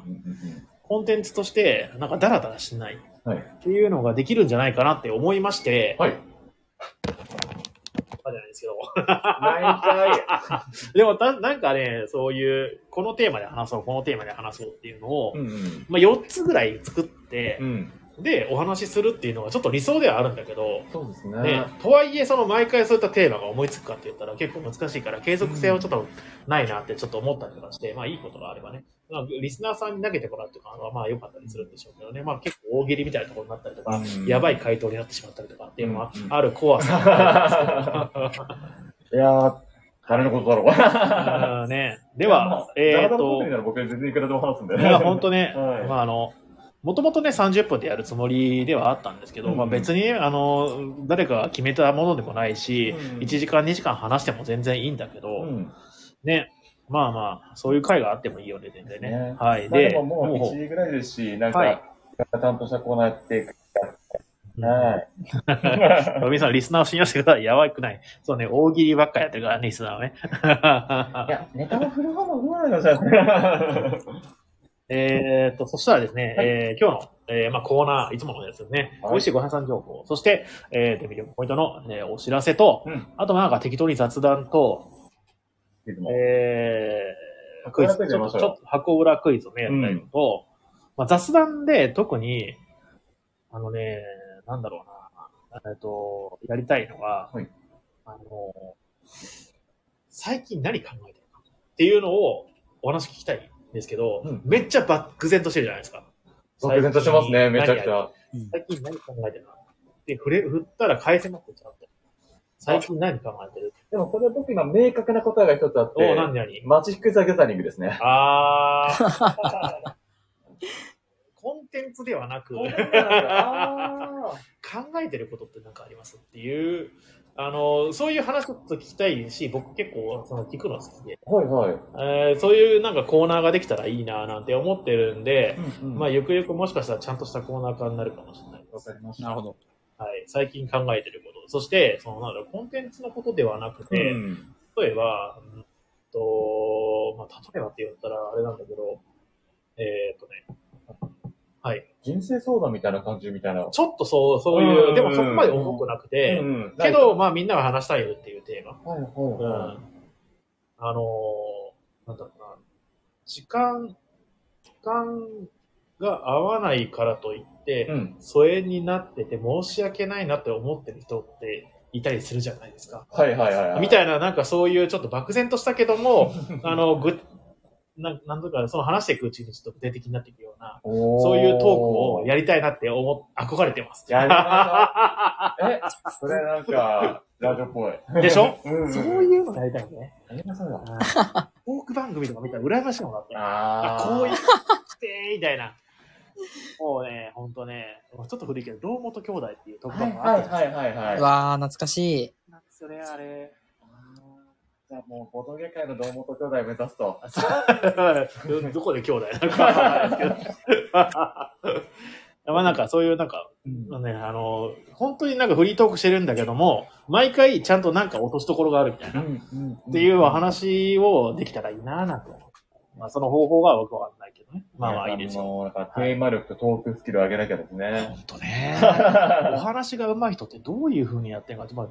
コンテンツとして、なんかダラダラしないっ
はい。
ていうのができるんじゃないかなって思いまして、
はい。
まあじゃないですけど、
ないか
でもた、なんかね、そういう、このテーマで話そう、このテーマで話そうっていうのを、
い。うんうん。
まあ4つぐらい作って
う、 ん。
で、お話しするっていうのがちょっと理想ではあるんだけど、
そうです
ね
ね。、
とはいえ、その毎回そういったテーマが思いつくかって言ったら結構難しいから、継続性はちょっとないなってちょっと思ったりとかして、まあいいことがあればね、まあ、リスナーさんに投げてもらうとかはまあ良かったりするんでしょうけどね、まあ結構大喜利みたいなところになったりとか、
うん
やばい回答になってしまったりとかっていうのは
うん
ある怖さ
いやー、誰のことだろう。
あーね。で
で
は、えーっ
と
と。、
僕全然いくらでも話すんで
い
ね。
や、本当ね、
はい
まああの、もともとね、30分でやるつもりではあったんですけど、
うん
まあ別に、あの、誰かが決めたものでもないし、
うん
1時間、2時間話しても全然いいんだけど、
うん。
ね、まあまあ、そういう会があってもいいよね、全然ね。
ね
はい。
まあ、で
で、
ももう1
う
時ぐらいですし、なん
はい
か、担当したコーナーやっていく。
うん
はい。
ロビンさん、リスナーを信用してください。やばくない。そうね、大喜利ばっかやってるから、リスナーはね。
いや、ネタの振る幅うまいのじゃない
えーっと、そしたらですね、
はい
えー今日の、えーまあ、コーナー、いつものやつですね、
はい
美味しいご飯さん情報、そして、えー、デビューポイントの、えーお知らせと、
うん
あとまあなんか適当に雑談と、
いつも。
えー、
箱
クイ
裏
ズ、
クイズ
ち
やり
ょ
ま
っ
しょ
と、
う
ちょっと箱裏クイズをね、やったりと、まあ、雑談で特に、あのね、なんだろうな、えっと、やりたいのが、
はい
あの、最近何考えてるかっていうのをお話聞きたいんですけど、
うん
めっちゃ漠然としてるじゃないですか。
漠然としてますね、めちゃくち
最近何や
ゃ。
最近何考えてるので、触れ、振ったら返せますよちゃんと。最近何考えてる
でも、これ僕今明確な答えが一つあっ
お
て、
何何
マチック・ザ・ギャザリングですね。
あー。コンテンツではなく、考
あ
えてることって何かありますっていう、あの、そういう話ちょっと聞きたいし、僕結構その聞くの好きで、
ーはいはい。
えーそういうなんかコーナーができたらいいななんて思ってるんで、まあ、ゆくゆくもしかしたらちゃんとしたコーナー化になるかもしれないです。
りまし
なるほど。。
はい。最近考えてること。そして、その、なんだろう、コンテンツのことではなくて、
うん。
例えば、うんと、まあ、例えばって言ったらあれなんだけど、えーっとね、
人生相談みたいな感じみたいな。
ちょっとそう、そういうう、
ん
でもそこまで重くなくて、
ん
け、ど、まあみんなが話したいよっていうテーマ。
はいは
う
いは
ん。あのー、なんだろうな、時間、時間が合わないからといって、
い。うん。
疎遠になってて申し訳ないなって思ってる人っていたりするじゃないですか。
はいはいはいはい。
みたいな、なんかそういうちょっと漠然としたけども、あの、ぐ、ななんとか、その話していくうちにちょっと具体的になっていくような、
おー
そういうトークをやりたいなって思っ、憧れてます。
やりましょう。え、それなんか、ラジオっぽい。
でしょ
うん。
そう
う。
いうのやりたいね。
やりましょうよ。
トーク番組とか見たら羨ましいもんだって。
あ
あこういうう、して、みたいな。もうね、ほんとね、ちょっと古いけど、堂本兄弟っていう特
はい
番があ
は
っ
い
たん
はいはいはいう
わー、懐かしい。
ですよね、あ れ。
じゃあもう、ボトゲ界の堂本兄弟目指すと。
どこで兄弟なのかわからないですけど。まあなんかそういうなんか、ね、あの、本当になんかフリートークしてるんだけども、毎回ちゃんとなんか落としどころがあるみたいな、っ
ん
ていうお話をできたらいいなぁなんて思う。まあその方法が僕はわかんないけどね。まあまあいいですよ。
もう、なんか、テーマ力とトークスキル上げなきゃですね。
本当ね。 お話が上手い人ってどういう風にやってるかって、まあ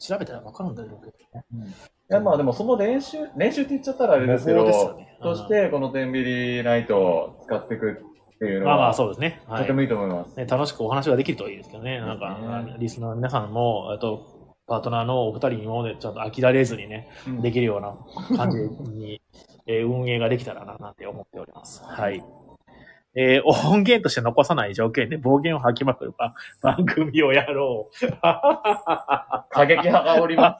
調べたらわかるんだろうけどね。
いや、まあでも、その練習、練習って言っちゃったらあれですけ
模
ど、
倣ですよね
そして、このテンビリライトを使っていくっていうの
まあまあ
は、
そうですね。は
と
い
て。もいいと思います。
ね、楽しくお話ができるといいですけどね、なんか、
うん
リスナーの皆さんも、あと、パートナーのお二人にもね、ちゃんと飽きられずにね、できるような感じに、 えー運営ができたらな、なんて思っております。はい。えー音源として残さない条件で暴言を吐きまくるば番 組をやろう。
過激派がおりま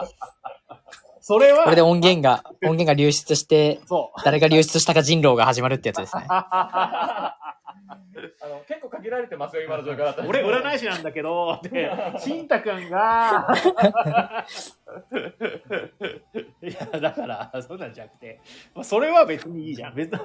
す。
それ
こ
は
れ、で音源が、音源が流出して、
そう。
誰が流出したか人狼が始まるってやつです ね。
あの結構限られてますよ、今の状況だと。
俺、占い師なんだけど、で、新太くんが、 いや、だから、そうなんじゃなくて、まあ、それは別にいいじゃん。別に、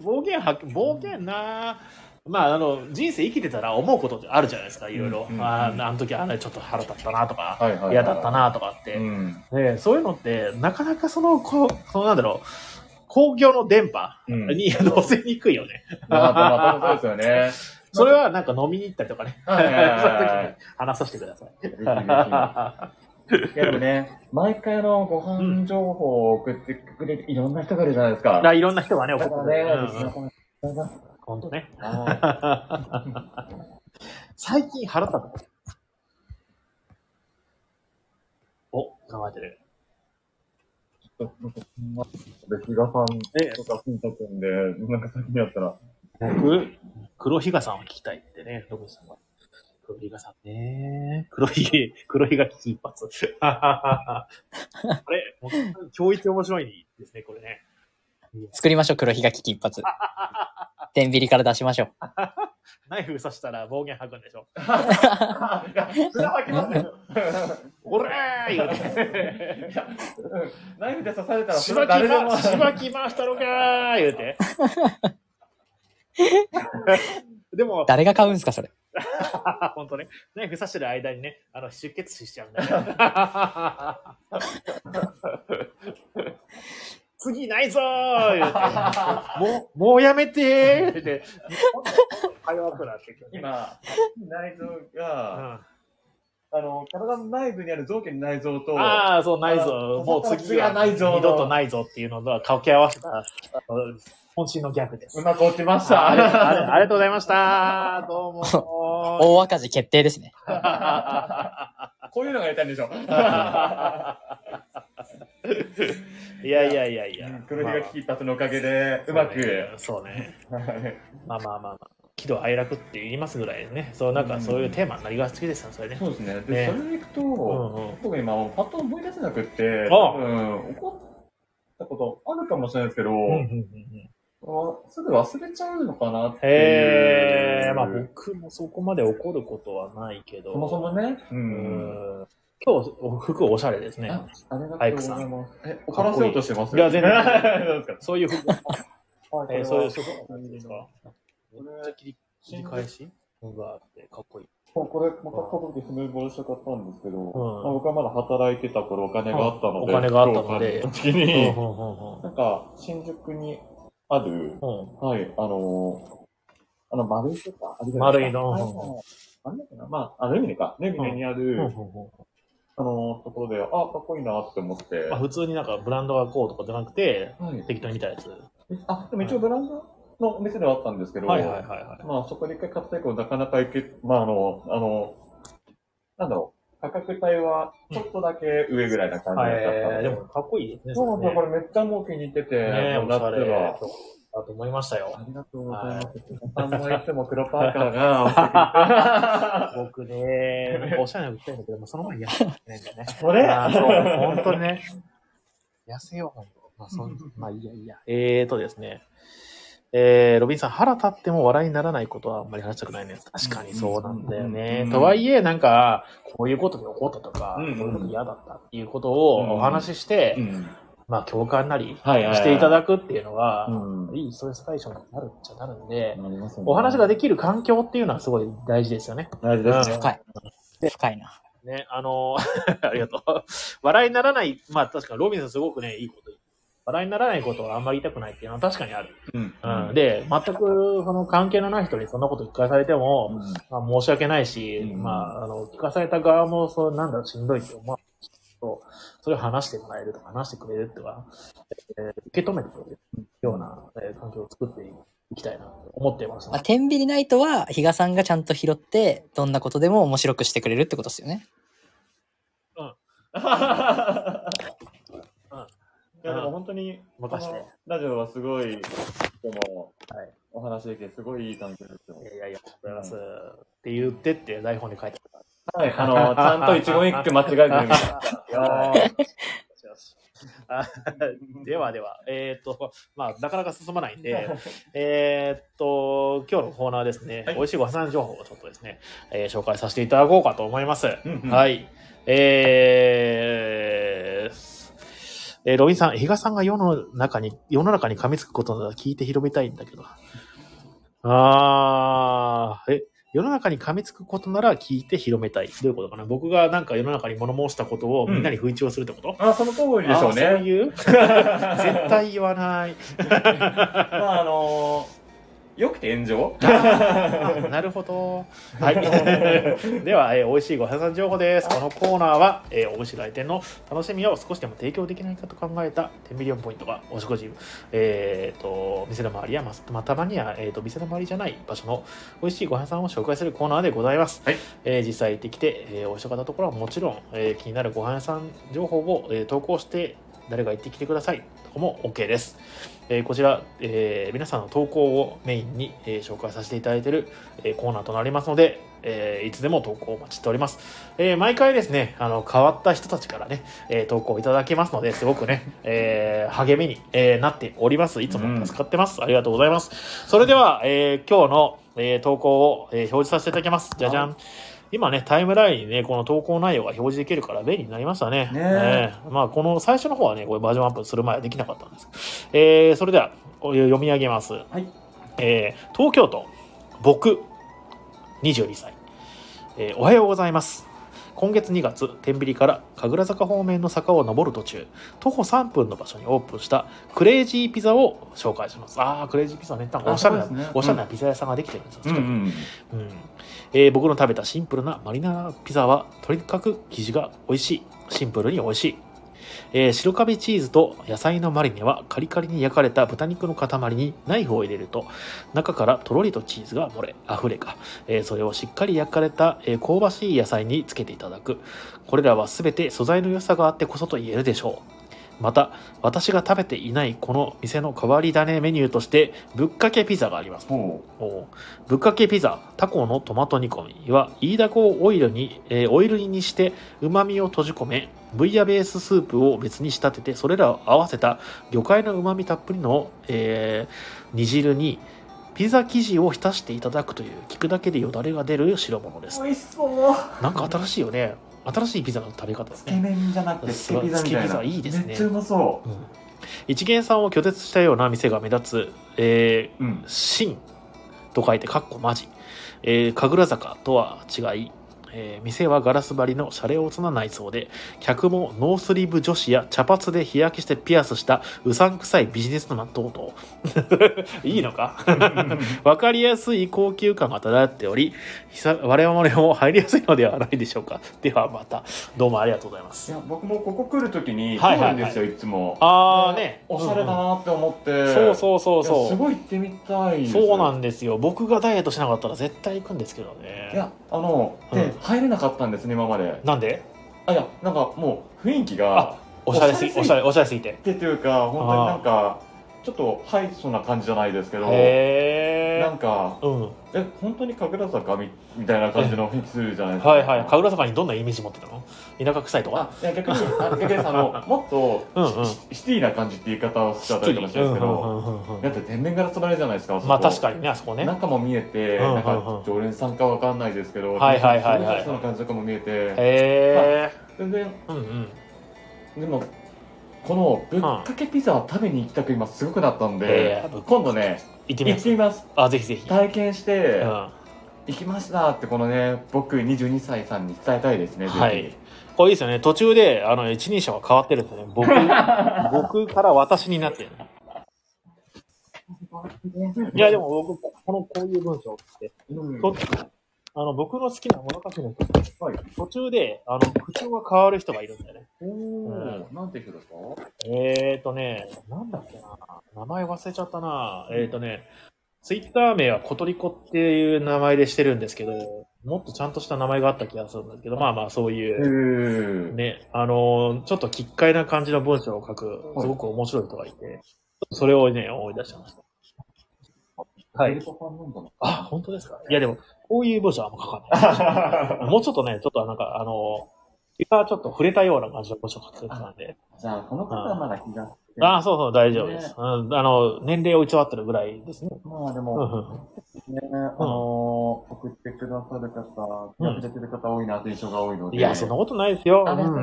暴言吐く、暴言な、まあ、あの、人生生きてたら思うことってあるじゃないですか、いろいろ。
うんうん
あーあの時、あれちょっと腹立ったなとか、
はいはいはい
嫌だったなとかって。
うん。
でそういうのって、なかなかその、こう、そのなんだろう、公共の電波
うん
に乗せにくいよね。
まあ、まあ、まあそうです
それはなんか飲みに行ったりとかね。 そう
はいいはいはいは
う時に
い
話させてください。
よね。ぜひぜひいやでもね、毎回あのご飯情報を送ってくれる、いろんな人がいるじゃないですか。
だからいろんな 人がね、怒
だ
っ
から
てくれ
ね
る。、
リスナーさんありがとうございます
本当ね。
は
最近腹立った。お、考えてる。
いちょっとなんか別に比嘉さん
え
とか、新太くんで、なんか先にやったら、
僕、黒ひがさんを聞きたいってね、ロブさんは。黒ひがさんね。黒ひげ、黒ひが危機一発。あれ、もう教育面白いですね、これね。
作りましょう、黒ひがきき一発。天秤から出しましょう。
ナイフ刺したら暴言吐くんでしょ。
あいや、それは開きますよ。
おれー言うて。
いやうんナイフで刺されたら、
し
それ
ば
は
き
誰で
ま、
も。
しばきましたのかー言う て。でも、
誰が買うんすか、それ。
本当ね、ナイフ刺してる間にね、あの、出血死しちゃうんだ よ。次ないぞー言 うて。もう、もうやめてー言うて。早くなってくるね。
今、内臓
う
が、
ん
あの、体の内部にある臓器の内臓と、
ああ、そう、内
あ
臓。
の
もう次は
次は内臓の
二度と内臓っていうのとは掛け合わせ た、あの渾身のギャグです
う。まく落ちまし
あありあ
た。
りありがとうございました。どうも。
大赤字決定ですね。
こういうのがやりたいんでしょ。
いやいやいやいや。
黒ひがき一発のおかげで、う
まあ
まく。
そうね。
はい
まあまあまあまあ。喜怒哀楽って言いますぐらいね。そう、なんかそういうテーマになりがちですよ、それね。
そうですね。
ね
で、それでいく
う
と、
んうん。
僕今、パッと思い出せなくって、
あ
多分、怒ったことあるかもしれないですけど、
うんうんうんうん
あすぐ忘れちゃうのかなって
へ
い
え、
う。
まあ僕もそこまで怒ることはないけど。
そもそもね。う。
うんん。今日、お服おしゃれですね。
あありがとうございます。え、怒らせようとしてます
いや 全然
どうですか
そういう服。
はいこ
え
れ
ー
は
そういう職なんですかめっ
れ
ちゃ切り切り返しのがあって、かっこいい。
ここれ、また家族でスムーボールしたかったんですけど、
ん
まあ、僕はまだ働いてた頃お金があったので、
うんお金があったので
今日帰った時
うんう
に、
ん
なんか、新宿にある、
うんうん
はい、あのー、あの、丸いとか、あれじゃな
丸
で
い
すか
の
はいはいはいあれだっけなまあ、あ、ルミネか。ルミネにある、
うんうんうん
あのー、ところで、あ、かっこいいなって思って。
うんまあ普通になんかブランドがこうとかじゃなくて、
はい。
適当に見たやつ。
あ、でも一応ブランドのお店ではあったんですけど、
はいはいはいはい。
まあ、そこで一回買った以降、なかなかいけ、まあ、あの、あの、なんだろう、価格帯はちょっとだけ上ぐらいな感じだったの
はい、
で
でもかっこいいですね。
そうなんだ、
ね
これめっちゃもう気に入ってて、
ねえ、
もう
おしゃ
夏
れだ
は。
と思いましたよ
あ。りがとうございます。あんまいつも黒パーカーが、
僕 ね、おしゃれな服着たいんだけど、まあその前に痩せないんだよね。
それ
あーそう、本当にね。 痩せよう、本当。まあ、そん、まあ、いいや、いいや。えーとですね。えー、ロビンさん、腹立っても笑いにならないことはあんまり話したくないね。確かにそうなんだよね。
うん
とはいえ、なんか、こういうことで怒ったとか、
うん
こういうこと嫌だったっていうこと
うん
をお話しして、
うん。
まあ、共感なり、
はいはいはい
していただくっていうのが、
うん
いいストレス解消になるっちゃなるんで、
なりますよね
お話ができる環境っていうのはすごい大事ですよね。
大事です
うん
ね。
深い。深いな。
ね、あの ーありがとう。笑いにならない、まあ確かにロビンさんすごくね、いいこと言う笑いにならないことはあんまり言いたくないっていうのは確かにある。
うん
うん。で、全くその関係のない人にそんなこと聞かされても、まあ、申し訳ないし、
うん
まあ、あの、聞かされた側も、そう、なんだろう、しんどいって思うと、それを話してもらえるとか、話してくれるとか、えー受け止めてくれるような、えー環境を作っていきたいなと思ってます、
まあ、天秤ナイトは、比嘉さんがちゃんと拾って、どんなことでも面白くしてくれるってことですよね。
いやでも本当に、
任せて
このラジオはすごい、でも、
はい
お話できて、すごいいい環境ですよ
い。やいやいや、ありがとうございます。って言ってって台本に書いてある。
はい、あの、ちゃんと一言一句間違えずに見ました。はい
よしあではでは、えーっと、まあ、なかなか進まないんで、えーっと、今日のコーナーですね、
はい
美味しいご飯情報をちょっとですね、えー紹介させていただこうかと思います。
うんうん
はい。えーえーロビンさん、比嘉さんが世の中に、世の中に噛みつくことなら聞いて広めたいんだけど。あー、え、世の中に噛みつくことなら聞いて広めたい。どういうことかな僕がなんか世の中に物申したことをみんなに不一をするってこと、
あ、その通りでしょう
あーそう
ね。
いう絶対言わない。
まあ、あのよくて炎上
なるほど。はい。では、えー美味しいご飯さん情報です。このコーナーは、えー、お店来店の楽しみを少しでも提供できないかと考えた10ミリオンポイントが、お食事、えっ、と、店の周りや、ままたまには、えっ、と、店の周りじゃない場所の美味しいご飯さんを紹介するコーナーでございます。
はい
えー実際行ってきて、えー、おいしかったところはもちろん、えー気になるご飯屋さん情報を、えー投稿して、誰が行ってきてくださいとかも OK です。えーこちら、えー皆さんの投稿をメインに、えー紹介させていただいている、えーコーナーとなりますので、えーいつでも投稿をお待ちしております。えー毎回ですね、あの、変わった人たちからね、えー投稿いただけますので、すごくね、 えー励みに、えーなっております。いつも助かってます。ありがとうございます。それでは、えー今日の、えー投稿を、えー表示させていただきます。じゃじゃん。今ね、タイムラインにね、この投稿内容が表示できるから便利になりましたね。
ねえ
えまあ、この最初の方はね、これバージョンアップする前はできなかったんです。えーそれでは、お読み上げます。
はい。
えー東京都、僕、22歳、えーおはようございます。今月2月、天秤から神楽坂方面の坂を登る途中、徒歩3分の場所にオープンしたクレイジーピザを紹介します。ああ、クレイジーピザね、なんかおしゃれな、
あそうですね
おしゃれなピザ屋さんができてるんですよ、近くにうんえー僕の食べたシンプルなマリナーピザはとにかく生地が美味しいシンプルに美味しい、えー白カビチーズと野菜のマリネはカリカリに焼かれた豚肉の塊にナイフを入れると中からとろりとチーズが漏れあふれか、えーそれをしっかり焼かれた、えー香ばしい野菜につけていただくこれらは全て素材の良さがあってこそと言えるでしょうまた私が食べていないこの店の変わり種メニューとしてぶっかけピザがあります
ほ
おぶっかけピザタコのトマト煮込みはイイダコをオイルに、えーオイル煮にしてうまみを閉じ込めブイヤベーススープを別に仕立ててそれらを合わせた魚介のうまみたっぷりの、えー煮汁にピザ生地を浸していただくという聞くだけでよだれが出る代物です
美味しそう。
なんか新しいよね新しいピザの食べ方です
つ
ね
け麺じゃなくて、つけピザみたいな。
つけピザいいですね
めっちゃうまそ
うん一元さんを拒絶したような店が目立つ、えー
う。うん。
真と書いて、かっこまじ。えー、神楽坂とは違い、えー店はガラス張りのシャレオツな内装で、客もノースリーブ女子や茶髪で日焼けしてピアスしたうさんくさいビジネスマン等々。 いいのかわかりやすい高級感が漂っており、ひさ我々も入りやすいのではないでしょうか。 ではまた、どうもありがとうございま
い
す。
や、僕もここ来るときに、
は
来
いはいはい
るんですよ、いつも。
あーね。
おしゃれだなって思って。
そうそうそう
いや
そ
す
う。
ごい行ってみたいです
そうなんですよ。僕がダイエットしなかったら絶対行くんですけどね。
いや、あの、
うん
で、入れなかったんですね、今まで。
なんで
あ、いや、なんかもう、雰囲気が
あ、おしゃれすぎ、お
お
し
し
ゃ
ゃ
れ、おしゃれすぎて。
ってというか、本当になんか、ちょっと入りそうな感じじゃないですけど、
へ
な
ー
んか、
うん。
え、本当に神楽坂みみたいな感じの雰囲気するじゃないですか。
はいはい。神楽坂にどんなイメージ持ってたの田舎臭いとか
あいや逆に、あ逆にあ の、もっと、
うんうん
シシティな感じって言い方をしちゃったりかもしれないですけ
うんう
ど、
んうんうん
だって全面ガラス張りじゃないですか、そこ
まあ確かにね、あそこね。
中も見えて、
うんうんうん
なんか常連さんかわかんないですけど、
はいはいはいはい
その感じとかも見えて、
へ
全然、
ーうんうん。
でも、このぶっかけピザ食べに行きたく今すごくなったんで、
うん
今度ね
行ってみ
行
ま
っ
す
てみます
あぜひぜひ、
体験して、
うん、
行きましたってこのね僕22歳さんに伝えたいですね
は
ぜ
い
ひ
これいいですよね途中であの一人称が変わってるんですよ ね僕僕から私になってるいやでも僕このこういう文章をって
うん
とあの僕の好きな物書きの人
はい
途中であの口調が変わる人がいるんだよね
おお、なんて人ですか
えーとねなんだっけな名前忘れちゃったなえーとねツイッター名はコトリコっていう名前でしてるんですけどもっとちゃんとした名前があった気がするんですけどまあまあそういう
う、ーん
ね、あのーちょっと奇怪な感じの文章を書く、すごく面白い人がいて、それをね、思い出してました。は
ベル
い。
トさんなんだな
あ、本当ですかいや、でも、こういう文章はあんま書かない。もうちょっとね、ちょっとなんか、あのー、気がちょっと触れたような感じの文章を書く人なんで。
じゃあこの方はまだ気がついて
あそうそう、大丈夫です。
ね
うん、あの、年齢を偽ってるぐらいですね。
まあで
うんう
も、
ん
ね、あのー送ってくださる方、
うん
やってる方多いなという印象が多いので、
いや、そんなことないですよ。う
あ
んうんう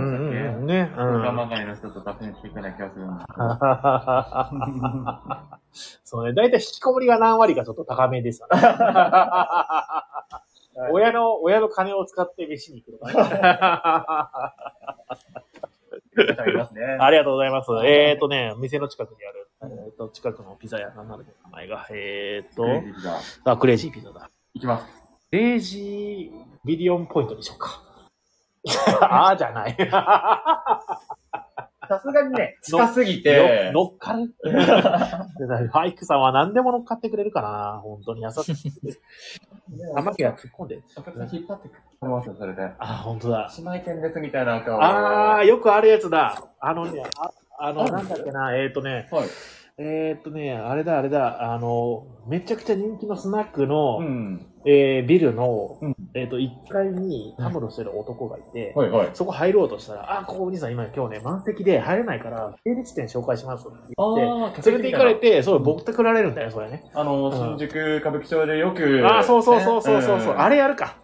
ん。ね。う
僕が
ん。
まがいの人と達成していくような気がするんですけ
そうね。だいたい引きこもりが何割かちょっと高めですよ ね。
ど。
親の、親の金を使って飯に行くとかね。
親がいますね。
ありがとうございます。えっ、ー、とね、店の近くにある、えっ、と、近くのピザ屋、なんだっけ、名前が。えっ、ー、
ク
と、
レイジーが
あ、クレイジーピザだ。
いきます。
クレイジービリオンポイントにしよう か。あーじゃない。
さすがにね、
近
近すぎ
の
て、
乗っか る。ハイクさんは何でも乗っかってくれるかな。本当に優しい。玉木が突っ込んで。
お客さん引っ張ってくれますよ、それで。
あ、本当だ。
姉妹店ですみたいな顔。
あー、よくあるやつだ。あのね、ああの、
ある
なんだっけな、えっ、ー、とね、
はい。
えーっとね、あれだ、あれだ、あの、めちゃくちゃ人気のスナックの、
うん。
えービルの、
うん
えーっと、1階にタムロしてる男がいて、
はいはい。
そこ入ろうとしたら、あ、ここお兄さん今今日ね、満席で入れないから、系列店紹介しますって言っ
あ
て、連れて行かれ
て、
て、そう、ぼったくられるんだよね、それね。
あの、新宿歌舞伎町でよく、
あー、そうそうそうそうそうそう、
ん
あれやるか。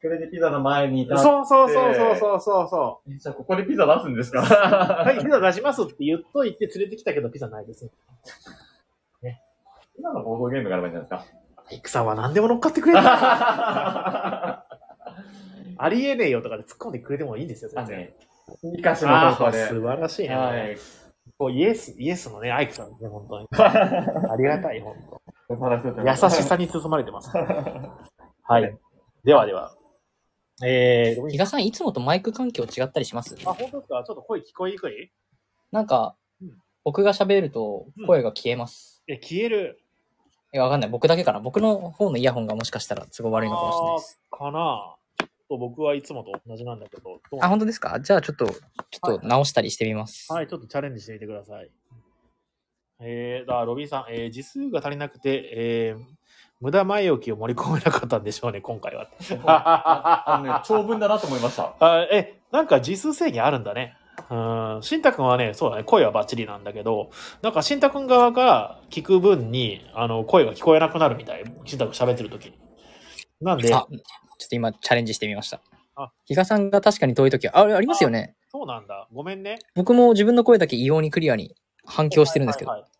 これでピザの前にいた。
そうそうそうそうそうそうそ
えじゃあ、ここでピザ出すんですか
う。はい、ピザ出しますって言っといて連れてきたけど、ピザないですね。
今のボードゲームからなんじゃないです
イクさんは何でも乗っかってくれ るな。
か
ありえねえよとかで突っ込んでくれてもいいんですよ、
あ
全
の
然。
ね、生かしの
ああ
方法
ー
で。
素晴らしい ね。
はい。
こうイエス、イエスのね、アイクさんですね、本 当に。ありがたい、本
お話しといて
当。
もら
優
っ。
したさに包まれて ます。はい。ではでは。え
比
ー、
嘉さん、いつもとマイク環境違ったりします
あ、本当ですかちょっと声聞こえにくい
なんか
うん、
僕が喋ると声が消えます。
え、消える。
いや、わかんない。僕だけかな。僕の方のイヤホンがもしかしたら都合悪いのかもしれないです。
あーかなちょっと僕はいつもと同じなんだけど。どう
あ、本当ですかじゃあちょっと、ちょっと直したりしてみます。
はい、ちょっとチャレンジしてみてください。えー、だからロビンさん、えー、字数が足りなくて、えー、無駄前置きを盛り込めなかったんでしょうね、今回は。
あのね、長文だなと思いました。
あえ、なんか字数制限あるんだね。うん、しんたくんはね、そうだね、声はバッチリなんだけど、なんかしんたくん側が聞く分に、あの、声が聞こえなくなるみたい。しんたくん喋ってる時に。なんで、
あ、ちょっと今チャレンジしてみました
あ。
比嘉さんが確かに遠い時は、あ、ありますよね。
そうなんだ。ごめんね。
僕も自分の声だけ異様にクリアに反響してるんですけど。
はいはいはい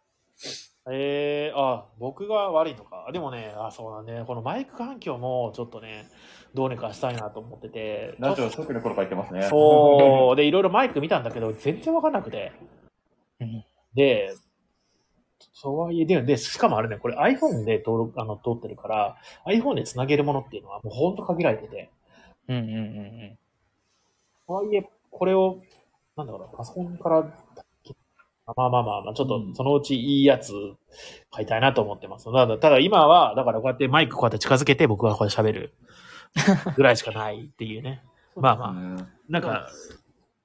えー、あ、僕が悪いのか。でもね、あ、そうだね。このマイク環境もちょっとね、どうにかしたいなと思ってて。
ラジオ特に頃から言ってますね。
そう。で、いろいろマイク見たんだけど、全然わかんなくて。
うん
で、そうはいえ、で、でしかもあれね、これ iPhone で登録、あの、通ってるから、iPhone で繋げるものっていうのはもうほんと限られてて、
うんうんうんうん。
とはいえ、これを、なんだろうな、パソコンから、まあまあまあまあ、ちょっ
う
と
ん
そのうちいいやつ買いたいなと思ってます。ただ、ただ今は、だからこうやってマイクこうやって近づけて僕はこうやって 喋るぐらいしかないっていうね。まあまあ、
うん
なんか、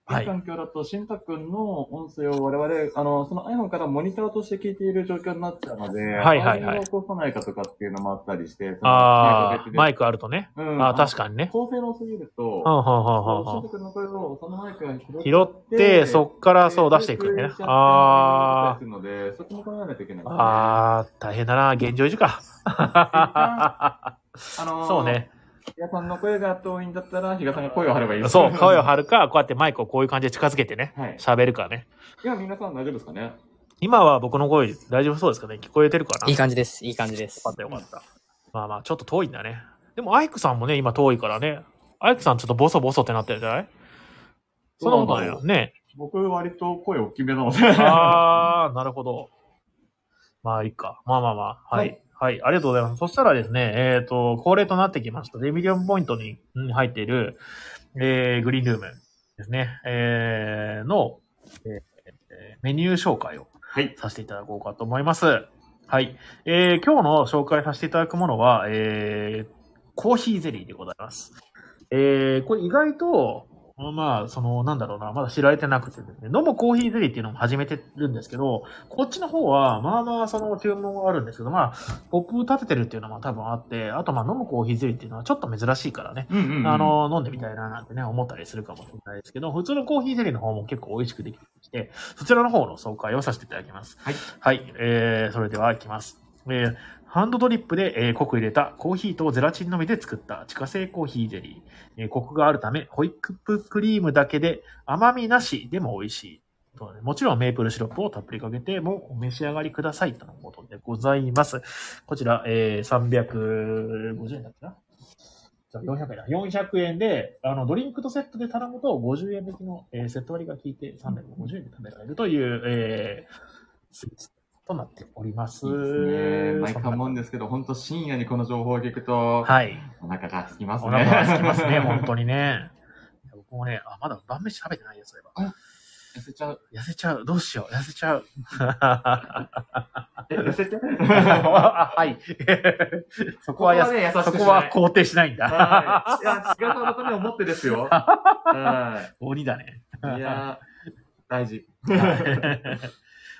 はい
いい環境だと、しんたくんの音声を我々、あの、その iPhone からモニターとして聞いている状況になっちゃうので、
はいはいはい
あれを起こさないかとかっていうのもあったりして、
ああ、マ
イ
イクあるとね。
ク、うん、
ああ、確かにね。
構成のすぎると、
はんはんはんはん
し
は
ん
ん
たくんの声をそのマイクが
拾って、そっからそう出していくんだよね。あ
あ。ので、そこも考えないといけない。
あ、ああ、大変だな。現状維持か。
あのー
そう。ね。
比嘉さんの声が遠いんだったら、比嘉さんが声を張ればいいです
そう、声を張るか、こうやってマイクをこういう感じで近づけてね、
はい
喋るかね。
今皆さん大丈夫ですかね
今は僕の声大丈夫そうですかね聞こえてるかない
い感じです。いい感じです
よか。ったよかった。まあまあ、ちょっと遠いんだね。でも、アイクさんもね、今遠いからね。アイクさんちょっとボソボソってなってるじゃないそんなことないよね。
僕割と声大きめなので。
あー、なるほど。まあ、いいか。まあまあまあ。はい。はい。ありがとうございます。そしたらですね、えっ、と、恒例となってきました。デミリオンポイントにうん入っている、えー、グリーンルームですね。えー、の、えーえーメニュー紹介を
はい。
させていただこうかと思います。はい。えー、今日の紹介させていただくものは、えー、コーヒーゼリーでございます。えー、これ意外と、まあ、その、なんだろうな、まだ知られてなくてですね、飲むコーヒーゼリーっていうのも始めてるんですけど、こっちの方は、まあまあ、その注文があるんですけど、まあ、ポップ立ててるっていうのも多分あって、あとまあ、飲むコーヒーゼリーっていうのはちょっと珍しいからね、
うんうんうん
あ、の、飲んでみたいななんてね、思ったりするかもしれないですけど、普通のコーヒーゼリーの方も結構美味しくできてきて、そちらの方の紹介をさせていただきます。
はい。
はい、えー、それでは行きます。えー、ハンドドリップで、えー濃く入れたコーヒーとゼラチンのみで作った自家製コーヒーゼリー。えーコクがあるため、ホイップクリームだけで甘みなしでも美味しい。とねもちろんメープルシロップをたっぷりかけてもお召し上がりくださいとのことでございます。こちら、えー、350円だったかなじゃあ400円だ。400円で、あの、ドリンクとセットで頼むと、50円引きの、えーセット割りが効いて、350円で食べられるという、えー、スイーツとなっております。
いいですね。毎回思うんですけど、本当深夜にこの情報を聞くと、
はい。
お腹が空きます
お
ね。
腹が空きますね、本当にね。いや僕もね、あ、まだ晩飯食べてないよ、そういえば。
痩せちゃう。
痩せちゃう。どうしよう。痩せちゃう。
え、痩せちゃう
あはい。 そこはや
ここはね優しくしな
そ
い
こは肯定しないんだ。
はい。いや、違うのために思ってです よ。は
鬼だね。
い。い やー、大事。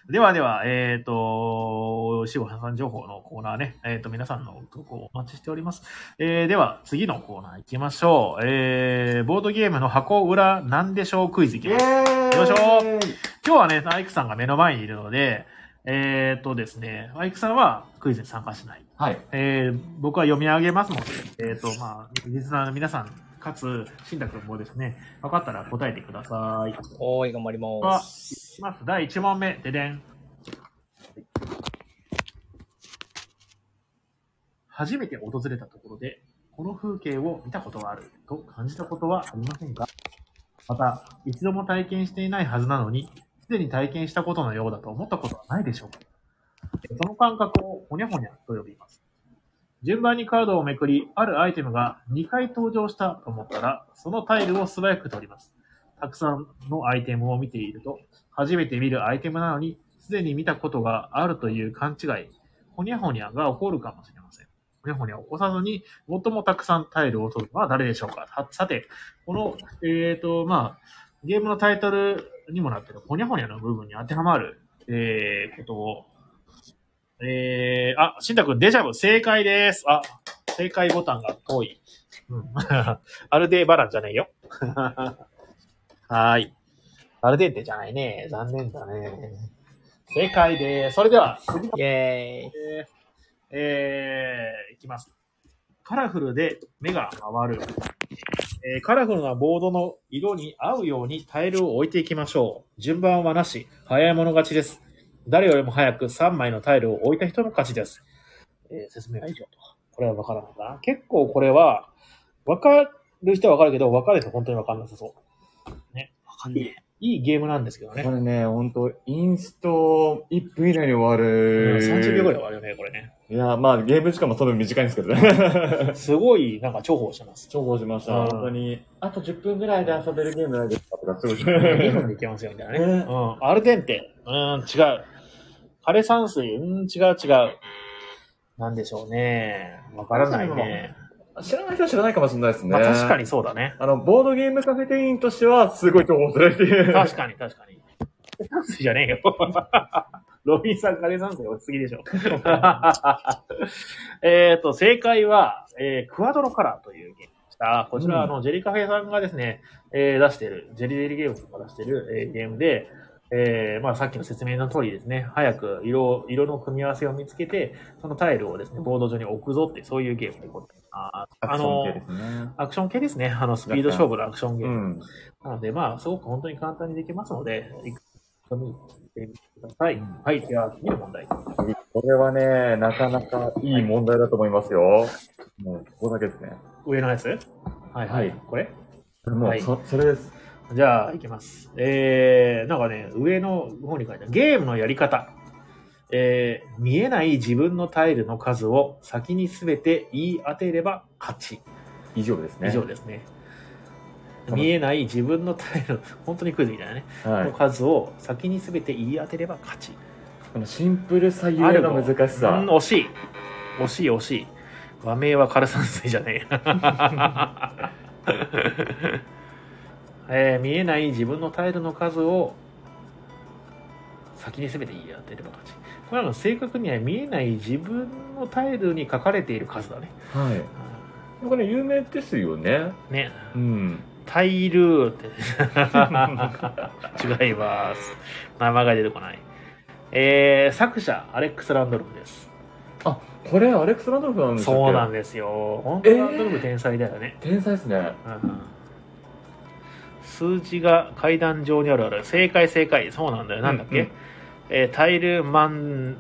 ではでは、えっ、と、しごはさん情報のコーナーね、えっ、と、皆さんの投稿をお待ちしております。えーでは、次のコーナー行きましょう。えー、ボードゲームの箱裏なんでしょうクイズいき
イ
ます。
ーイ
よいしょ今日はね、アイクさんが目の前にいるので、えっ、とですね、アイクさんはクイズに参加しない。
はい。
えー僕は読み上げますので、えっ、と、まあ、リスナーの皆さん、かつ、新宅君もですね、分かったら答えてください。
おーい、頑張りま
は、
す。
いきます。第1問目、ででん。初めて訪れたところで、この風景を見たことがあると感じたことはありませんかまた、一度も体験していないはずなのに、すでに体験したことのようだと思ったことはないでしょうかその感覚をほにゃほにゃと呼びます。順番にカードをめくり、あるアイテムが2回登場したと思ったら、そのタイルを素早く取ります。たくさんのアイテムを見ていると、初めて見るアイテムなのに、すでに見たことがあるという勘違い、ほにゃほにゃが起こるかもしれません。ほにゃほにゃを起こさずに、最もたくさんタイルを取るのは誰でしょうかささて、この、えっ、と、まあ、ゲームのタイトルにもなってる、ほにゃほにゃの部分に当てはまる、えー、ことを、えー、あ、しんたくん、デジャブ、正解です。あ、正解ボタンが遠い。うん。 アルデバランじゃないよ。はーい。アルデンテじゃないね。残念だね。正解です。それでは、
イェーイ。
えーえーいきます。カラフルで目が回る、えーカラフルなボードの色に合うようにタイルを置いていきましょう。順番はなし、早い者勝ちです。誰よりも早く3枚のタイルを置いた人の勝ちです。えー説明は以上と。これはわからないな。結構これは、わかる人はわかるけど、わかる人は本当にわかんなさそう。
わかんねえ。
いいゲームなんですけどね
こ。れね、ほんと、インスト1分以内に終わ
うん
る。
30秒ぐらい終わるよね、これね。
いや、まあ、ゲーム時間もその分短いんですけどね。
すごい、なんか重宝してます。
重宝しました。
うん
本当に。あと10分ぐらいで遊べるゲームないですかとか、すごい。
2分でいけますよ、みたいなね。
ね
うん。アルデンテ。うーん、違う。枯れ山水。うーん、違う、違う。なんでしょうね。わからないね。
知らない人は知らないかもしれないですね。
まあ確か。にそうだね。
あの、ボードゲームカフェ店員としては、すごい重宝するっていう。
確かに、確かに。枯れ山水じゃねえよ。 ロビンさん、枯れ山水落ちすぎでしょ。えっと、正解は、えークワドロカラーというゲームでした。こちら、あの、ジェリカフェさんがですね、えー出してる、ジェリジェリゲームズが出してる、えーゲームで、えーまあ、さっきの説明の通りですね、早く色を色の組み合わせを見つけて、そのタイルをですね、ボード上に置くぞって、そういうゲームでございます。
ア
あ
クショ
の
ン系ですね。
アクション系ですね。あの、スピード勝負のアクションゲー
う
ム。
ん。
なので、まあ、すごく本当に簡単にできますので、一緒にやってみてください。はい、じゃあ、次の問題。
これはね、なかなかいい問題だと思いますよ。もう、ここだけですね。
上のやつはいは
はいい。
これ
もう、
はい
そそれです。
じゃあ、いきます。えー、なんかね、上の方に書いてあるゲームのやり方。えー、見えない自分のタイルの数を先にすべて言い当てれば勝ち。
以上ですね。
以上ですね。
楽しい
見えない自分のタイル、本当にクイズみたいなね、
は
の
い。
数を先にすべて言い当てれば勝ち。
このシンプルさゆえの難し
う
さ
ん。惜しい惜しい惜しい和名は枯山水じゃね え、えー見えない自分のタイルの数を先に全て言い当てれば勝ちこれはあの正確には見えない自分のタイルに書かれている数だね
はい。これ有名ですよね。
ね
うん。
タイルって 違います名前が出てこないえー作者アレックス・ランドルフです
あ、これアレックス・ランドルフなんです
そうなん
ん
ですよ。本当は
えー
ドルフ天才だよね。
天才ですね。
うん数字が階段上にあるある。正解正解。そうなんだよ。なんだっけ、
うんうん
えータイルマン、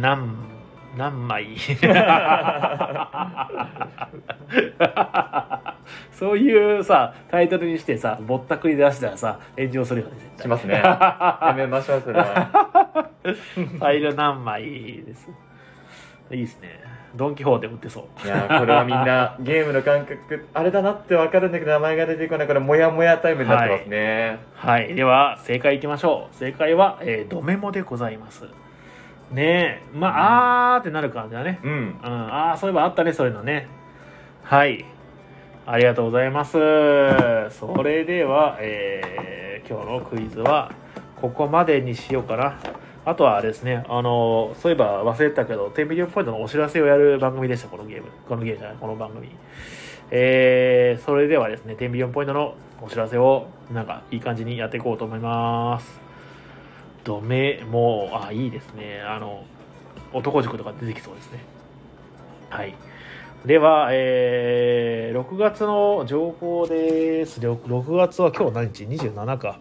何、何枚 そういうさ、タイトルにしてさ、ぼったくり出したらさ、炎上するよね、
し
絶対。
ます ね。やめましょう、それは。
タイル何枚です。いいですね。ドン・キホーテ売ってそう。
いやーこれはみん なゲームの感覚、あれだなってわかるんだけど、名前が出てこない、これ、もやもやタイムになってますね。
はい。では、正解いきましょう。正解は、えー、ドメモでございます。ねえ。まあ、あーってなる感じだね。
うん
う。ん。あー、そういえばあったね、そういうのね。はい。ありがとうございます。それでは、えー、今日のクイズは、ここまでにしようかな。あとはですね、あの、そういえば忘れてたけど、テンビリオンポイントのお知らせをやる番組でした、このゲーム。このゲームじゃない、この番組。えー、それではですね、テンビリオンポイントのお知らせを、なんか、いい感じにやっていこうと思います。ドメも、あ、いいですね。あの、男塾とか出てきそうですね。はい。では、えー、6月の情報です。6, 6月は今日何日 ?27 か。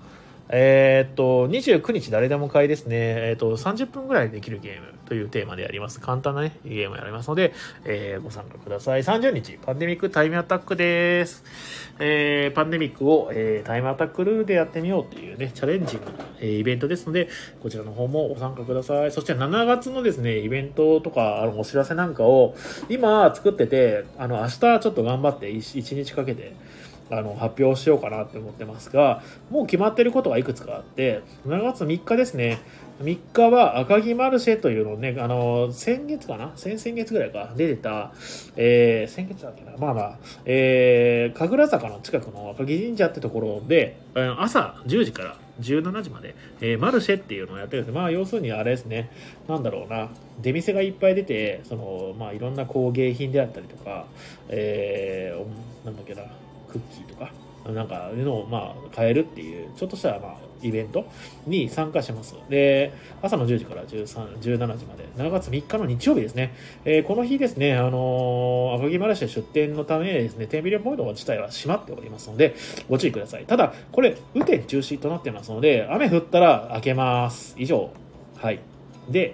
えーっと、29日誰でも会ですね。えーっと、30分ぐらいできるゲームというテーマでやります。簡単なね、ゲームやりますので、えーご参加ください。30日、パンデミックタイムアタックです。えーパンデミックを、えータイムアタックルールでやってみようっていうね、チャレンジの、えーイベントですので、こちらの方もご参加ください。そして7月のですね、イベントとか、あの、お知らせなんかを、今作ってて、あの、明日ちょっと頑張って1、一日かけて、あの、発表しようかなって思ってますが、もう決まってることがいくつかあって、7月3日ですね、3日は赤城マルシェというのをね、あの、先月かな先々月ぐらいか、出てた、えー、先月だっけなまあまあ、えー、神楽坂の近くの赤城神社ってところで、あの朝10時から17時まで、えーマルシェっていうのをやってるんですまあ、要するにあれですね、なんだろうな、出店がいっぱい出て、その、まあ、いろんな工芸品であったりとか、えーおなんだっけな、クッキーとか、なんか、いうのを、まあ、買えるっていう、ちょっとした、まあ、イベントに参加します。で、朝の10時から13 17時まで、7月3日の日曜日ですね。えーこの日ですね、あのー、赤城マルシェ出店のためですね、テンビリオンポイント自体は閉まっておりますので、ご注意ください。ただ、これ、雨天中止となってますので、雨降ったら開けます。以上。はい。で、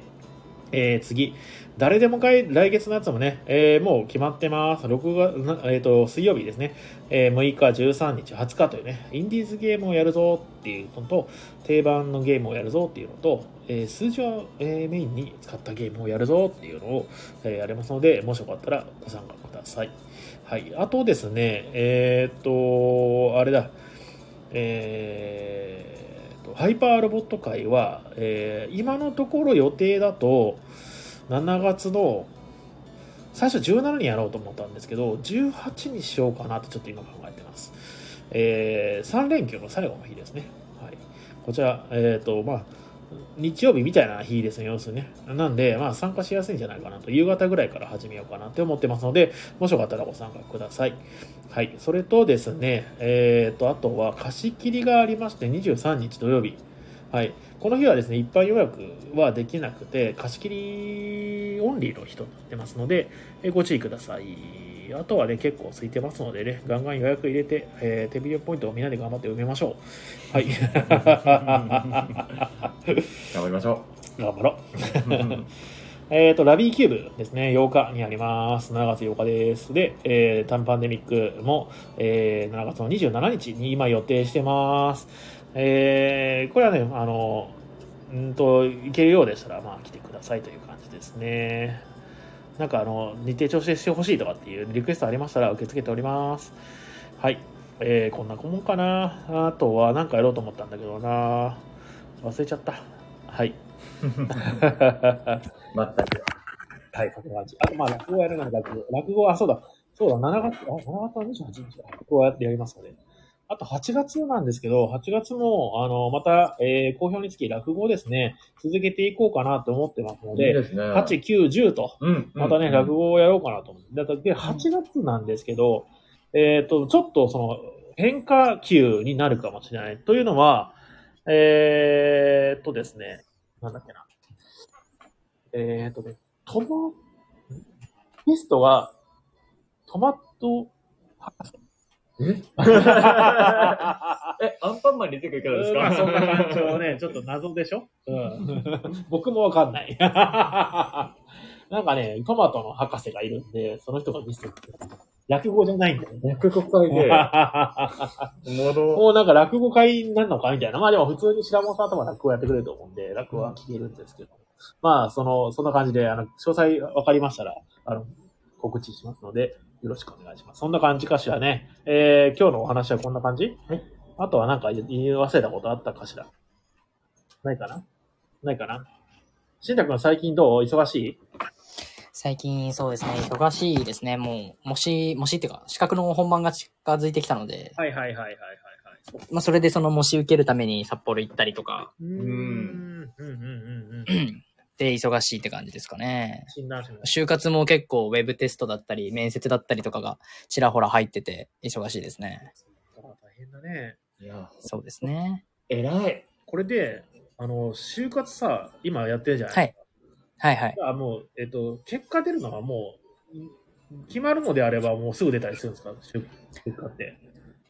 えー次。誰でもかい、来月のやつもね、えーもう決まってます。6月、なえっ、と、水曜日ですね。えー6日、13日、20日というね、インディーズゲームをやるぞっていうのと、定番のゲームをやるぞっていうのと、えー数字を、えーメインに使ったゲームをやるぞっていうのを、えーやれますので、もしよかったらご参加ください。はい。あとですね、えーっと、あれだ、えーっと、ハイパーロボット界は、えー今のところ予定だと、7月の、最初17にやろうと思ったんですけど、18にしようかなとちょっと今考えてます。え3連休の最後の日ですね。はい。こちら、えっ、と、まあ、日曜日みたいな日ですね、要するにね。なんで、まあ、参加しやすいんじゃないかなと、夕方ぐらいから始めようかなって思ってますので、もしよかったらご参加ください。はい。それとですね、えっ、と、あとは貸し切りがありまして、23日土曜日。はい、この日はですね一般予約はできなくて貸し切りオンリーの人になってますのでえご注意くださいあとはね結構空いてますのでねガンガン予約入れて、えー、手ビデオポイントをみんなで頑張って埋めましょうはい
頑張りましょ
頑張ろう
う。
えっ、と、ラビーキューブですね、8日にあります。7月8日です。で、えー、タンパンデミックも、えー、7月の27日に今予定してます。えー、これはね、あの、うんと、行けるようでしたら、まあ、来てくださいという感じですね。なんか、あの、日程調整してほしいとかっていうリクエストありましたら受け付けております。はい。えー、こんなもんかな。あとは、なんかやろうと思ったんだけどな。忘れちゃった。はい。
まったく。
はい、こんな感じ。あ、まあ、落語やるなら落語。落語は、あそうだ。そうだ、7月、あ、7月は28日だ。落語はやりますので。あと8月なんですけど、8月も、あの、また、えー、好評につき落語をですね、続けていこうかなと思ってます
い
の
い
で、
ですね。
8、9、10と、
うん。
またね、
うん
落語をやろうかなと思って。だからで、8月なんですけど、えっ、と、ちょっとその、変化球になるかもしれない。というのは、えっ、とですね、なんだっけな。えっ、とね、トマ、ゲストが、トマト、
え え、アンパンマンに出てくるキャラです
まあ
か
そんな感じをね、 ちょっと謎でしょ、うん、 僕もわかんない。なんかね、トマトの博士がいるんで、その人が見せてくれる。落語じゃないんだよね。
落語会 で、戻
もうなんか落語会になるのかみたいな。まあでも普通に白本さんとか落語やってくれると思うんで、落語は聞けるんですけど。まあ、その、そんな感じで、あの、詳細わかりましたら、あの、告知しますので、よろしくお願いします。そんな感じかしらね。えー、今日のお話はこんな感じ
はい。
あとはなんか言い忘れたことあったかしらないかなないかなしんたくん最近どう忙しい
最近そうですね、忙しいですね。もう、もし、もしっていうか、資格の本番が近づいてきたので、
はいはいはいはいはい。
まあそれでその模試受けるために札幌行ったりとか、
うーん。うんうん うんうん。
で忙しいって感じですかね。
診断書の
就活も結構ウェブテストだったり、面接だったりとかがちらほら入ってて、忙しいですね。
大変だね。
いや、
そうですね。
偉い。
これで、あの、就活さ、今やってるじゃない
はい。はいはい。
じゃあもう、えっと、結果出るのはもう、決まるのであればもうすぐ出たりするんですか就結果って。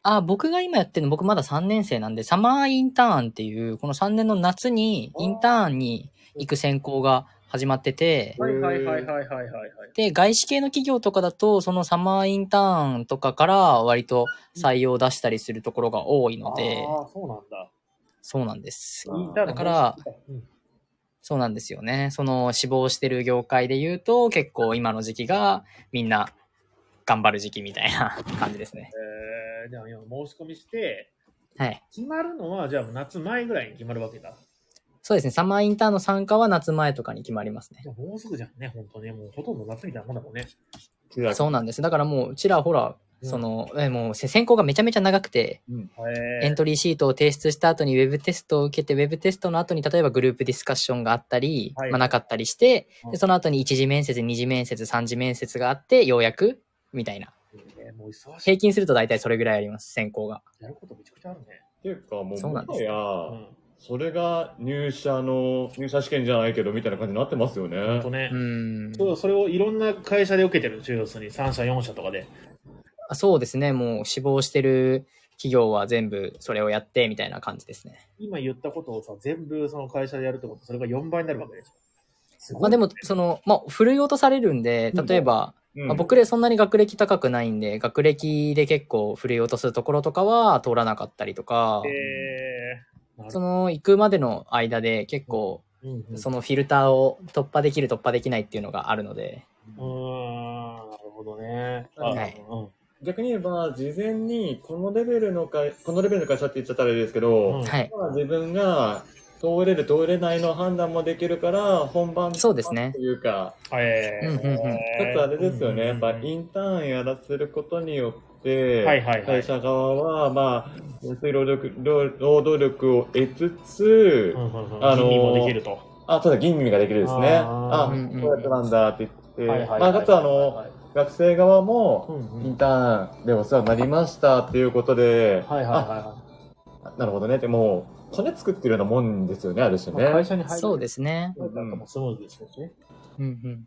あ、僕が今やってるの、僕まだ3年生なんで、サマーインターンっていう、この3年の夏にインターンに行く選考が始まってて、
はいはいはい
はいはいはい。
で、外資系の企業とかだと、そのサマーインターンとかから割と採用を出したりするところが多いので、
ああ、そうなんだ。
そうなんです。
あー
インターン
だから
うん、
そうなんですよね。その志望してる業界で言うと、結構今の時期がみんな頑張る時期みたいな感じですね。
えー、じゃあ今申し込みして、
はい。
決まるのはじゃあ夏前ぐらいに決まるわけだ。
そうですね。サマーインターンの参加は夏前とかに決まりますね
じ。ゃあもうすぐじゃんね、本当ね。もうほとんど夏みたいなもんだもんね。
そうなんです。だからもう、ちらほら、
うん
その、えもうせ選考がめちゃめちゃ長くて、
うん。
えー、
エントリーシートを提出した後にウェブテストを受けて、ウェブテストの後に例えばグループディスカッションがあったり、
はい
まあなかったりして
う、ん
でその後に一次面接、二次面接、三次面接があって、ようやく、みたいな。
えーもう忙しい
平。均すると大体それぐらいあります、選考が。
やることめちゃくちゃあるね。
っていうか、もう、
そうなんで
もは
す
や、
うん。
それが入社の、入社試験じゃないけど、みたいな感じになってますよね。
本当ね
う。ん。
そうそれをいろんな会社で受けてる中央に3社4社とかで
あそうですね。もう志望してる企業は全部それをやって、みたいな感じですね。
今言ったことをさ全部その会社でやるってことそれが4倍になるわけでしょすごい
まあでも、その、まあ、振るい落とされるんで、例えば、
うん
まあ、僕らそんなに学歴高くないんで、学歴で結構振り落とすところとかは通らなかったりとか、
えーなる
その行くまでの間で結構
うんうん
そのフィルターを突破できる突破できないっていうのがあるので、
うーんなるほどねあ
はい
うん
逆に言えば、事前に、このレベルの会、このレベルの会社って言っちゃったらあれですけ
う
ど
ん、
はい。
まあ自分が通れる、通れないの判断もできるから、本番
そうですね
というか、
えー
うんうんうん
ちょっとあれですよね、やっぱ
うんうんうん
インターンやらせることによって、
はいはいはい
会社側は、まあ、安い労働力労働力を得つつ、
うんうんうん
あのー
意味もできると
あ、ただ吟味ができるですね。
あ
あ
ー
うんうん
こうやってなんだって言
は
っ
い
て、
はいはい
まあ、かつあの、
はい
学生側
う
も、
んうん
インターンでお世話になりましたっていうことで、
はいはいはいは
あ、なるほどねってもう、
金作ってるようなもんですよね、ある種ね。
まあ会社に入る。
そうですね。
なんかもうスムーズですしね。
うんうん。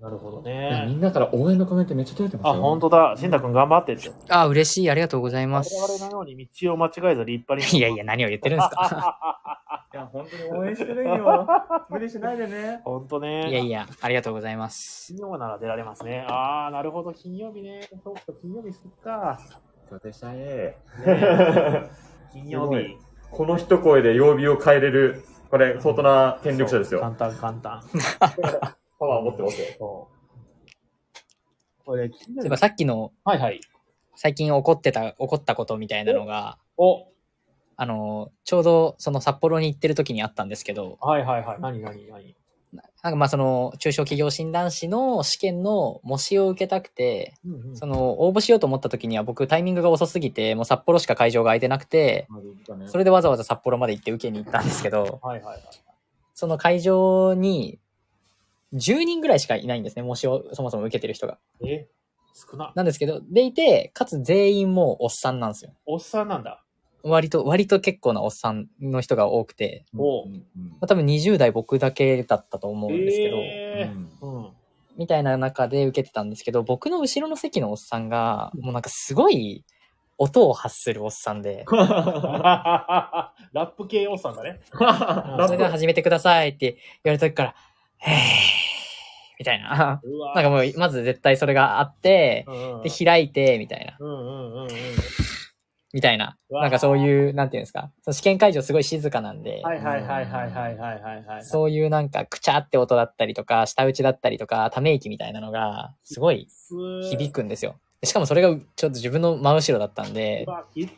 なるほど
いやみ
ね。
んなから応援のコメントめっちゃ出てますよ。
あ、本当だ。しんたくん頑張ってって。
あ、嬉しい。ありがとうございま
我
す。
々のように道を間違えず立派に。
いやいや、何を言ってるんですか。
いや、本当に応援してる よ。無理しないでね。
ほんとね。
いやいや、ありがとうございます。
金曜なら出られますね。ああ、なるほど。金曜日ね。そうか、金曜日すっか。
当でしたね。
金曜
すご
日
い。この一声で曜日を変えれる、これ、相当な権力者です
そ
よ。
う簡単、簡単。
パワー持ってますよ。
そう。これ、金曜
例
日
えば。さっきの
はいはい。
最近起こってた、起こったことみたいなのが、
お、
あの、ちょうどその札幌に行ってる時にあったんですけど、
はいはいはい。何何何
なんかまあその中小企業診断士の試験の模試を受けたくて、
うんうん
その応募しようと思った時には僕タイミングが遅すぎて、もう札幌しか会場が空いてなくて、それでわざわざ札幌まで行って受けに行ったんです けど、
はいはいはい。
その会場に10人ぐらいしかいないんですね、模試をそもそも受けてる人が。
え、少な。
なんですけど、でいて、かつ全員もうおっさんなんですよ。
おっさんなんだ。
割と、割と結構なおっさんの人が多くて、
お
うんうん
まあ、多分20代僕だけだったと思うんですけど、
えー
うん
うん。
みたいな中で受けてたんですけど、僕の後ろの席のおっさんが、もうなんかすごい音を発するおっさんで、
ラップ系おっさん だね。
それでは始めてくださいって言われた時から、へーみたいな。
うわ
なんかもう、まず絶対それがあって、
うんうん
で、開いて、みたいな。
うんうんうんうん。
みたいな。
うわ
なんかそういう、なんていうんですか。その試験会場すごい静かなんで、
はいはいはいはいはいはいはいはい。
そういうなんか、くちゃって音だったりとか、舌打ちだったりとか、ため息みたいなのが、すごい響
く。
くんですよ。でしかもそれが、ちょっと自分の真後ろだったんで
う、わ、きつ。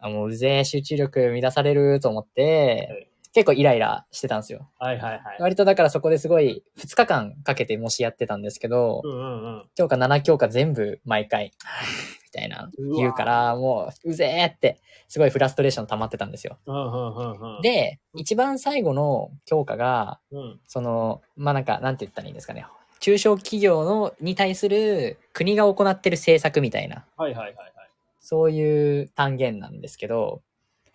あもううぜえ、集中力乱されると思って、
はい
結構イライラしてたんですよ。
はいはいはい。
割とだからそこですごい2日間かけて模試やってたんですけど、
うんうんうん。
教科7教科全部毎回、はぁみたいな
うわ
言うから、もううぜえって、すごいフラストレーション溜まってたんですよ。
うんうんうんうん。、
で、一番最後の教科が、
うん。
その、まあ、なんか、なんて言ったらいいんですかね。中小企業のに対する国が行ってる政策みたいな、
はいはいはいはい。
そういう単元なんですけど、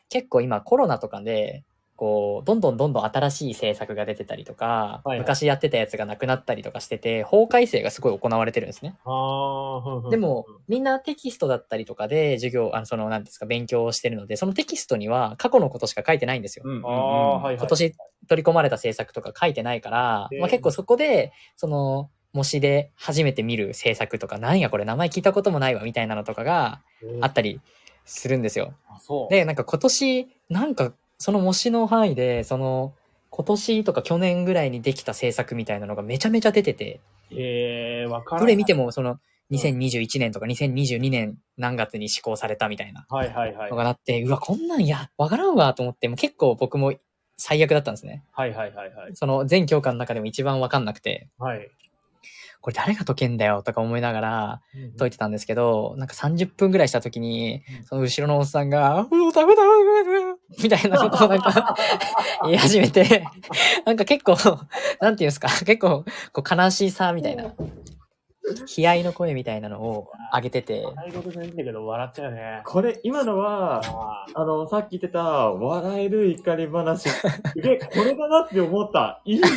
結構今コロナとかで、こう、どんどんどんどん新しい政策が出てたりとか、
はいはい
昔やってたやつがなくなったりとかしてて、法改正がすごい行われてるんですね。
あーふんふん
でも、みんなテキストだったりとかで授業、あの、その、なんですか、勉強をしてるので、そのテキストには過去のことしか書いてないんですよ。
うんうんうん
ああ、はいはい。
今年取り込まれた政策とか書いてないから、
えー
まあ、結構そこで、その、模試で初めて見る政策とか、なんやこれ名前聞いたこともないわ、みたいなのとかがあったりするんですよ。
あ、そう。
で、なんか今年、なんかその模試の範囲で、その今年とか去年ぐらいにできた政策みたいなのがめちゃめちゃ出てて、
えー、わから
どれ見て
も。
もその2021年とか2022年何月に施行されたみたいな
はいはいはい。
の
は
がなって、うわ、こんなんや、わからんわと思って、もう結構僕も最悪だったんですね。
いはいはいはい。
その全教科の中でも一番わかんなくて、
はい。
これ誰が解けんだよとか思いながら解い
て。
てたんですけど、なんか30分ぐらいした時に、その後ろのおっさんが、もうダメだ、ダメだ、ダメだみたいなことをなん か言い始めて、なんか結構、なんていうんですか、結構こう悲しさみたいな、悲哀の声みたいなのを上げてて、
最後でんだけど笑っちゃうね。
これ、今のは、
あー
あの、さっき言ってた、笑える怒り話。すげえ、これだなって思った。いい。
なん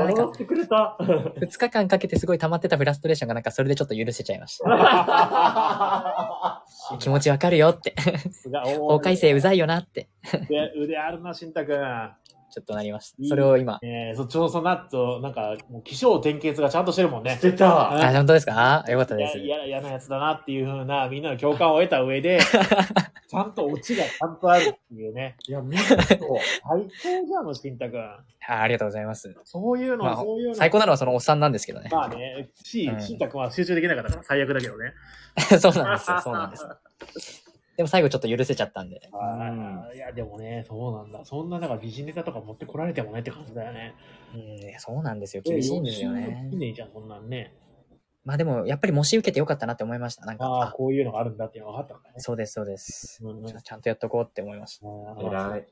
笑
か
ってくれた。
2日間かけてすごい溜まってたフラストレーションがなんかそれでちょっと許せちゃいました。 気持ちわかるよって、
すがおー
法改正うざいよなって、
腕腕あるな、しんたくん。
ちょっとなりました。それを今、
えー、そっちのそのなと、なんか、もう、気象転結がちゃんとしてるもんね。
出た。
あ、本当ですかあよかった
い
です
や。嫌な嫌なやつだなっていうふうな、みんなの共感を得た上 で、ちゃんとオチがちゃんとあるっていうね。
いや、みん
最高じゃん、もうしんたくん。
あありがとうございます。
そういうの、
まあ
そういうの。
最高なのはそのおっさんなんですけどね。
まあね、し
う、ん
しんたくんは集中できなかったから最悪だけどね。
そうなんですよ、そうなん です。でも最後ちょっと許せちゃったんで。
あーいや、でもね、そうなんだ。そんな、なんか、美人ネタとか持ってこられてもねって感じだよね。
うん、いやそうなんですよ、厳しいんですよね
い。いじゃん、そんなんね。
まあでも、やっぱり模試受けてよかったなって思いました。なんか、
ああ、
あ
こういうのがあるんだっていうのが分かったんだね。
そうです、そうです。
うんうん
ちゃちゃんとやっとこうって思いました。
偉い。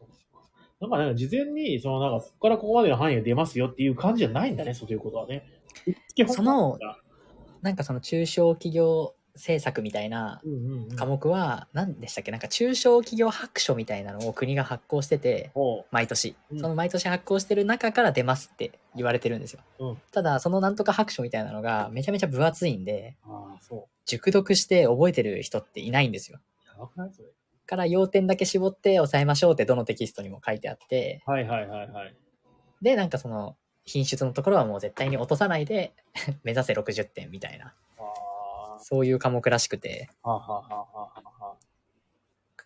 なんかね、事前に、そのなんか、ここからここまでの範囲が出ますよっていう感じじゃないんだね、そういうことはね。
そのなんかその中小企業政策みたいな
うんうんうん
科目は、何でしたっけなんか中小企業白書みたいなのを国が発行してて、
ほ
毎年
う。ん
その毎年発行してる中から出ますって言われてるんですよ。
うん
ただ、そのなんとか白書みたいなのがめちゃめちゃ分厚いんで、
うああ、そ
熟読して覚えてる人っていないんですよ。
う。やばくないそれ。
から要点だけ絞って抑えましょうってどのテキストにも書いてあって、
はいはいはいはい。
で、なんかその、品質のところはもう絶対に落とさないで、 目指せ60点みたいな、
ああ、は
そういう科目らしくて、
あはあはあはあは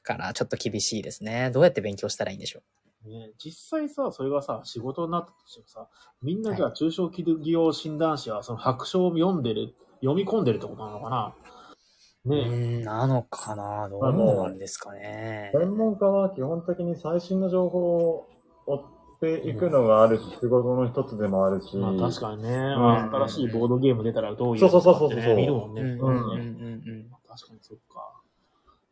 からちょっと厳しいですね。どうやって勉強したらいいんでしょ
あ。ねえ実際さ、それがさ、仕事になったとしてもさ、みんなじゃあ中小企業診断士は、その白書を読んでる、読み込んでるってことなのかな
う。
ねえ
ん、なのかなど
うなん
ですかね
専門家は基本的に最新の情報を追っていくのがある仕事の一つでもあるし、
まあ確かにね、
ん
新しいボードゲーム出たらどういう
そうそうそう
のかって
そうそう
ね、見るもんね。
うん
う
うんん
う
う
う
んんうん。
確かにそっか。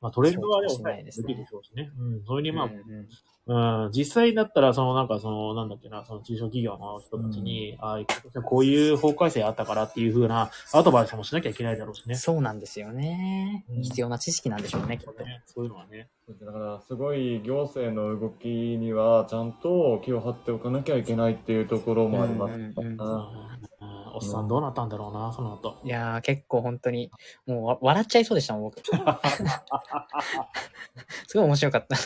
まあトレンドはね、
そうかもしれないですね
できるでしょうしね。うん。それにまあ、
うん
うん、実際だったら、そのなんかその、なんだっけな、その中小企業の人たちに、ああこういう法改正あったからっていう風なアドバイスもしなきゃいけないだろうし
うん
ね。
そうなんですよね
うん。
必要な知識なんでしょうね、きっと。
ねそういうのはね。
だからすごい行政の動きにはちゃんと気を張っておかなきゃいけないっていうところもあります。
うんうんうん
うんおっさんどうなったんだろうな、その後。
いやー、結構本当に、もうわ笑っちゃいそうでしたもん、 僕。すごい面白かった。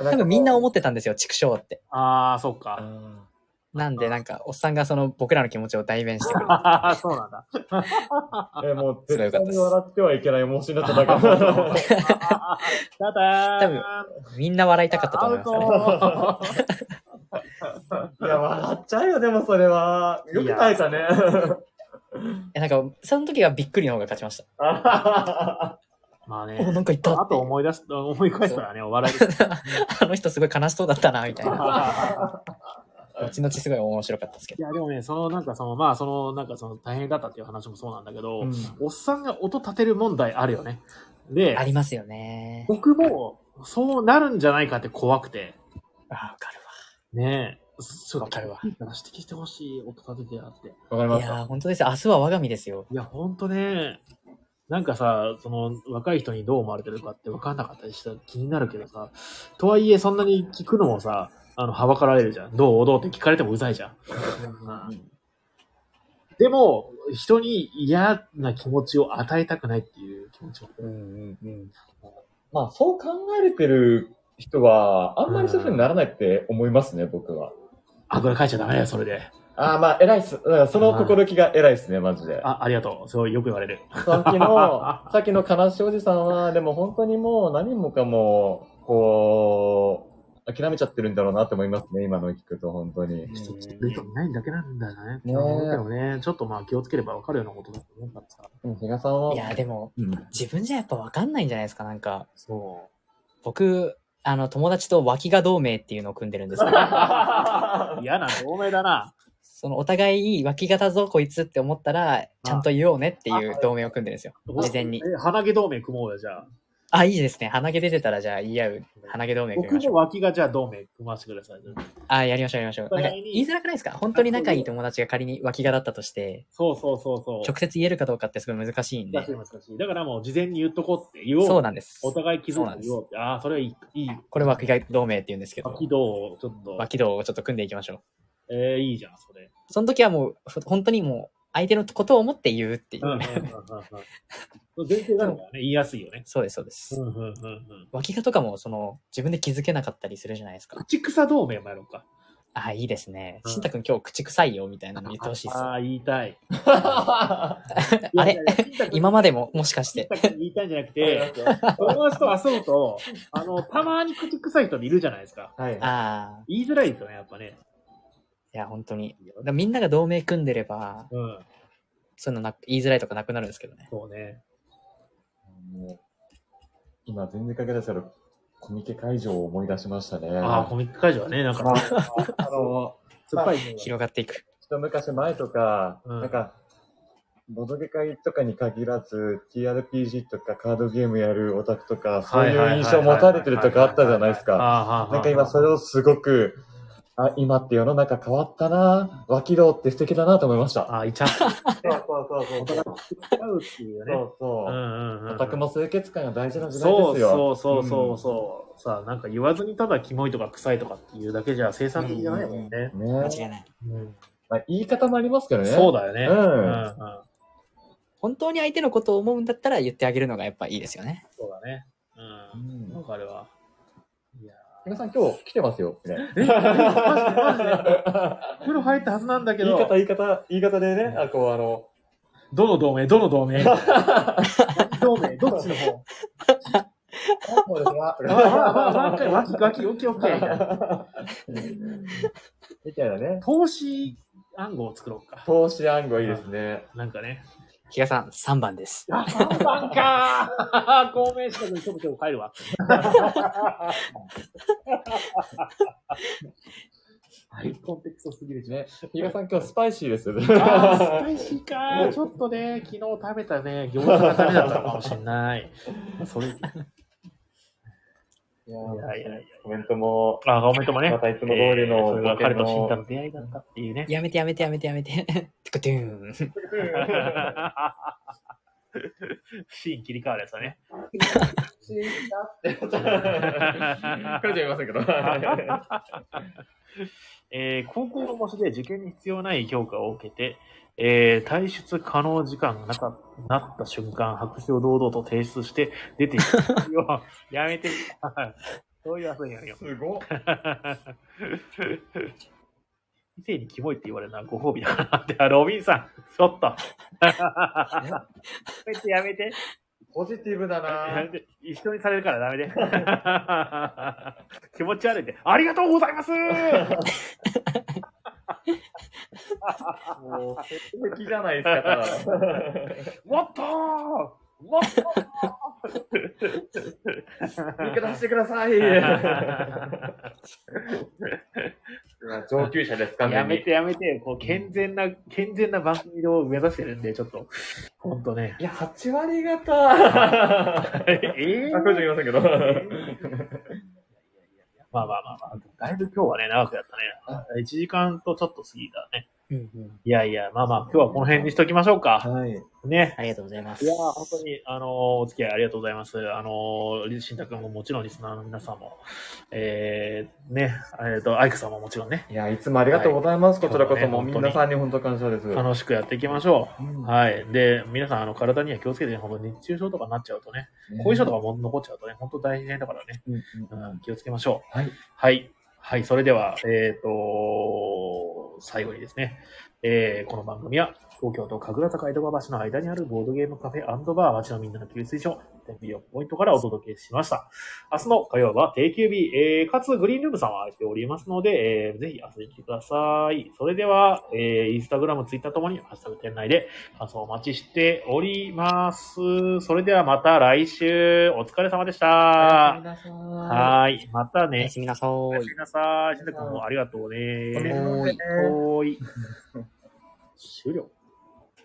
多分みんな思ってたんですよ、畜生って。
ああ、そっか。
あ
なんで、なんか、おっさんがその僕らの気持ちを代弁してくれる。
ああ、そうなんだ。
ーえもう
それ
絶対
はよかったで
に
す
笑ってはいけない模試になっただけ だ
ただー
多分みんな笑いたかったと思いますね。
アウト
いや、笑っちゃうよ、でもそれは。よく耐えたね。
えなんか、その時はびっくりの方が勝ちました。
まあ
お、
ね。
なんか言った
あ
って
と思い出す、思い返すからね、お笑いです。
あの人すごい悲しそうだったな、みたいな。後々すごい面白かったですけ
い
ど。
や、でもね、その、なんかその、まあ、その、なんかその、大変だったっていう話もそうなんだけど、
うん
おっさんが音立てる問題あるよね。で
あ、りますよね。
僕も、そうなるんじゃないかって怖くて、
あ、わかる
ねえ、ちょっ
わかるわ
と、指摘してほしい、音立ててやって。
わかり
わ。
ま
い
し
や
た。
ー、本当ですよ。明日は我が身ですよ。
いや、ほんとね、なんかさ、その、若い人にどう思われてるかって分かんなかったりしたら気になるけどさ、とはいえ、そんなに聞くのもさ、あの、はばかられるじゃん。どうどうって聞かれてもうざいじゃん。でも、人に嫌な気持ちを与えたくないっていう気持ちも。
まあ、そう考えてる人は、あんまりそういうふうにならないって思いますね、僕は。
あ、これ書いちゃダメだよ、それで。
ああ、まあ、偉いっす。だからその心意気が偉いっすね、マジで。
あ、ありがとう。すごいよく言われる。
さっきの、さっきの悲しいおじさんは、でも本当にもう何もかも、こう、諦めちゃってるんだろうなって思いますね、今の聞くと、本当に。
ちょっとベッドないだけなんだよね。
ねえ
でもね、ちょっとまあ気をつければ分かるようなことだと思うからさ。
でも比嘉さんは、
いやー、でも、
うん
自分じゃやっぱわかんないんじゃないですか、なんか。
そ
僕、あの、友達と脇が同盟っていうのを組んでる んですけど、
う。嫌な同盟だな。
そのお互い脇がだぞ、こいつって思ったら、ちゃんと言おうねっていう同盟を組んでるんですよ。事前に。
え、鼻毛同盟組もうよ、じゃあ。
あ、いいですね。鼻毛出てたら、じゃあ言い合う。鼻毛同盟組み
僕
ましょ
も
う。
脇がじゃあ同盟組ませてください。
あ、やりましょう、やりましょう。なん
お
か、
互いに
言いづらくないですか本当に仲いい友達が仮に脇がだったとして、
そうそうそうそう。
直接言えるかどうかってすごい難しいんで
難しい。難しい。だからもう事前に言っとこうって言おう。
そうなんです。
お互い気
そう
づ
なん
い
で
て
す
言おうって。ああ、それはいい。いい。
これ脇が同盟って言うんですけど、
脇道をちょっと。
脇道をちょっと組んでいきましょう。
ええいいじゃん、それ。
その時はもう、ふ本当にもう、相手のことを思って言うっていう。
全然なるからね、言いやすいよね。
そうです、そうです。
うんうんうんうん。
脇がとかも、その、自分で気づけなかったりするじゃないですか。
口草同盟もやろうか。
あ、いいですね。
うん
しんたくん今日口臭いよ、みたいなの言ってほしいです。
あ
あ
あ、言いたい。いやい
れ
やいや
今までも、もしかして。
言いたいんじゃなくて、友達と遊ぶと、あの、たまに口臭い人いるじゃないですか。
はい。
ああ、
言いづらいですよね、やっぱね。
いや、本当に。だからみんなが同盟組んでれば、
うん。
そういうのなく言いづらいとかなくなるんですけどね。
そうね。
もう今、全然かけ出したら、コミケ会場を思い出しましたね。
ああ、コミック会場はね、なん
ま
か、
あ、あの、
酸っぱい匂いが。
広がっていく。
一昔前とか、
うん
なんか、ボドゲ会とかに限らず、TRPG とかカードゲームやるオタクとか、そういう印象を持たれてるとかあったじゃないですか。
ああ、
なんか今それをすごく、
あ、今って世の中変わったな脇道って素敵だなと思いました。
あ、いちゃん。
そうそうそうそう。
違うっていう
ね
そう
うん
そう。
うんうん。
オタクも清潔感が大事な時代
そ
で
う
すよ。
そうそうそうそう、さあなんか言わずにただキモいとか臭いとかっていうだけじゃ生産的じゃないもんね、
ね
間違いない。
うん
まあ、言い方もありますけどね。
そう
だ。
だよ
う
ね、
ん
うん
本当に相手のことを思うんだったら言ってあげるのがやっぱいいですよね。
そうだね
う。
うんんわかるわいや
皆さん今日来てますよ。ね、
えマジでマジで風呂入ったはずなんだ け
言い
ど
方、言い方、言い方でね、あ、こうあの、
どの同盟どの同盟 同盟どっ
そう
ちの方
ですな。
あああああわきわきオッケーオッケーみたいな
みたいなね。
投資暗号を作ろうか
投資暗号いいですね。
なんかね
比嘉さん、3番です。
あ3番かー公明資格にちょこちょこ入るわ
はい、コンテクストすぎるしね。比嘉さん今日スパイシーですよね。
あースパイシーかーちょっとね、昨日食べたね、餃子がダメだったのかもしれない。それ、い
いや
やいやい
コメントも、
や。あ、コメントもね。
またいつも通りの
えーそれが彼と死んだの出会いだったって いうね。
やめてやめてやめてやめて。 てか、ドゥーン。
シーン切り替わるやつだね。
彼女いませんけど。は
えー高校の模試で受験に必要ない評価を受けて、えー退出可能時間がなかなった瞬間、白紙を堂々と提出して出ていくよ。やめて。そういう遊びやめよう。
すごっ。
異性にキモいって言われるのはご褒美だからって、あロビンさん、ちょっと。やめてやめて。
ポジティブだ
や
な
めて一緒にされるからダメ で。気持ち悪いって、ありがとうございます
もう、素敵じゃないです か。
もっともっと
言い方してください。 上級者です、完
や
全
め
に。
てやめて、こう健全な、健全な番組を目指してるんで、ちょっと、ほん とね。
いや、8割方。
えー
あ、彼女いませんけど。
まあまあまあまあ、だいぶ今日はね、長くやったね。1時間とちょっと過ぎたね。
うんうん。
いやいや、まあまあ、今日はこの辺にしときましょうか。
はい。
ね。
ありがとうございます。
いやー本当に、あのーお付き合いありがとうございます。あのー、しんたくんももちろん、リスナーの皆さんも、えー、ね、えっ、と、アイクさんももちろんね、
いや、いつもありがとうございます。
はい
こちらこそ、
今日
も
も
う
ね
皆さんに本当感謝です。
楽しくやっていきましょ
うん
う。はい。で、皆さん、あの、体には気をつけてね、ほんと熱中症とかになっちゃうとね、後遺症とかも残っちゃうとね、本当大変だからね、
うんうん
うん、気をつけましょう。
はい。
はい。はい。それでは、えっ、と、最後にですね、えーこの番組は、東京と神楽坂江戸川橋の間にあるボードゲームカフェバー町のみんなの給水所、天秤4ポイントからお届けしました。明日の火曜は定休日、えーかつグリーンルームさんは空いておりますので、えーぜひ遊びに来てください。それでは、えーインスタグラム、ツイッターともに、ハッシュタグ店内で感想をお待ちしております。それではまた来週、お疲れ様でした。
おやすみなさい
はーい。また
おや
ね。
すみなさ
お
ー
や
い
す。みなさい。しんたくんもありがとうね。
おやすみなさいね
おーい。終了。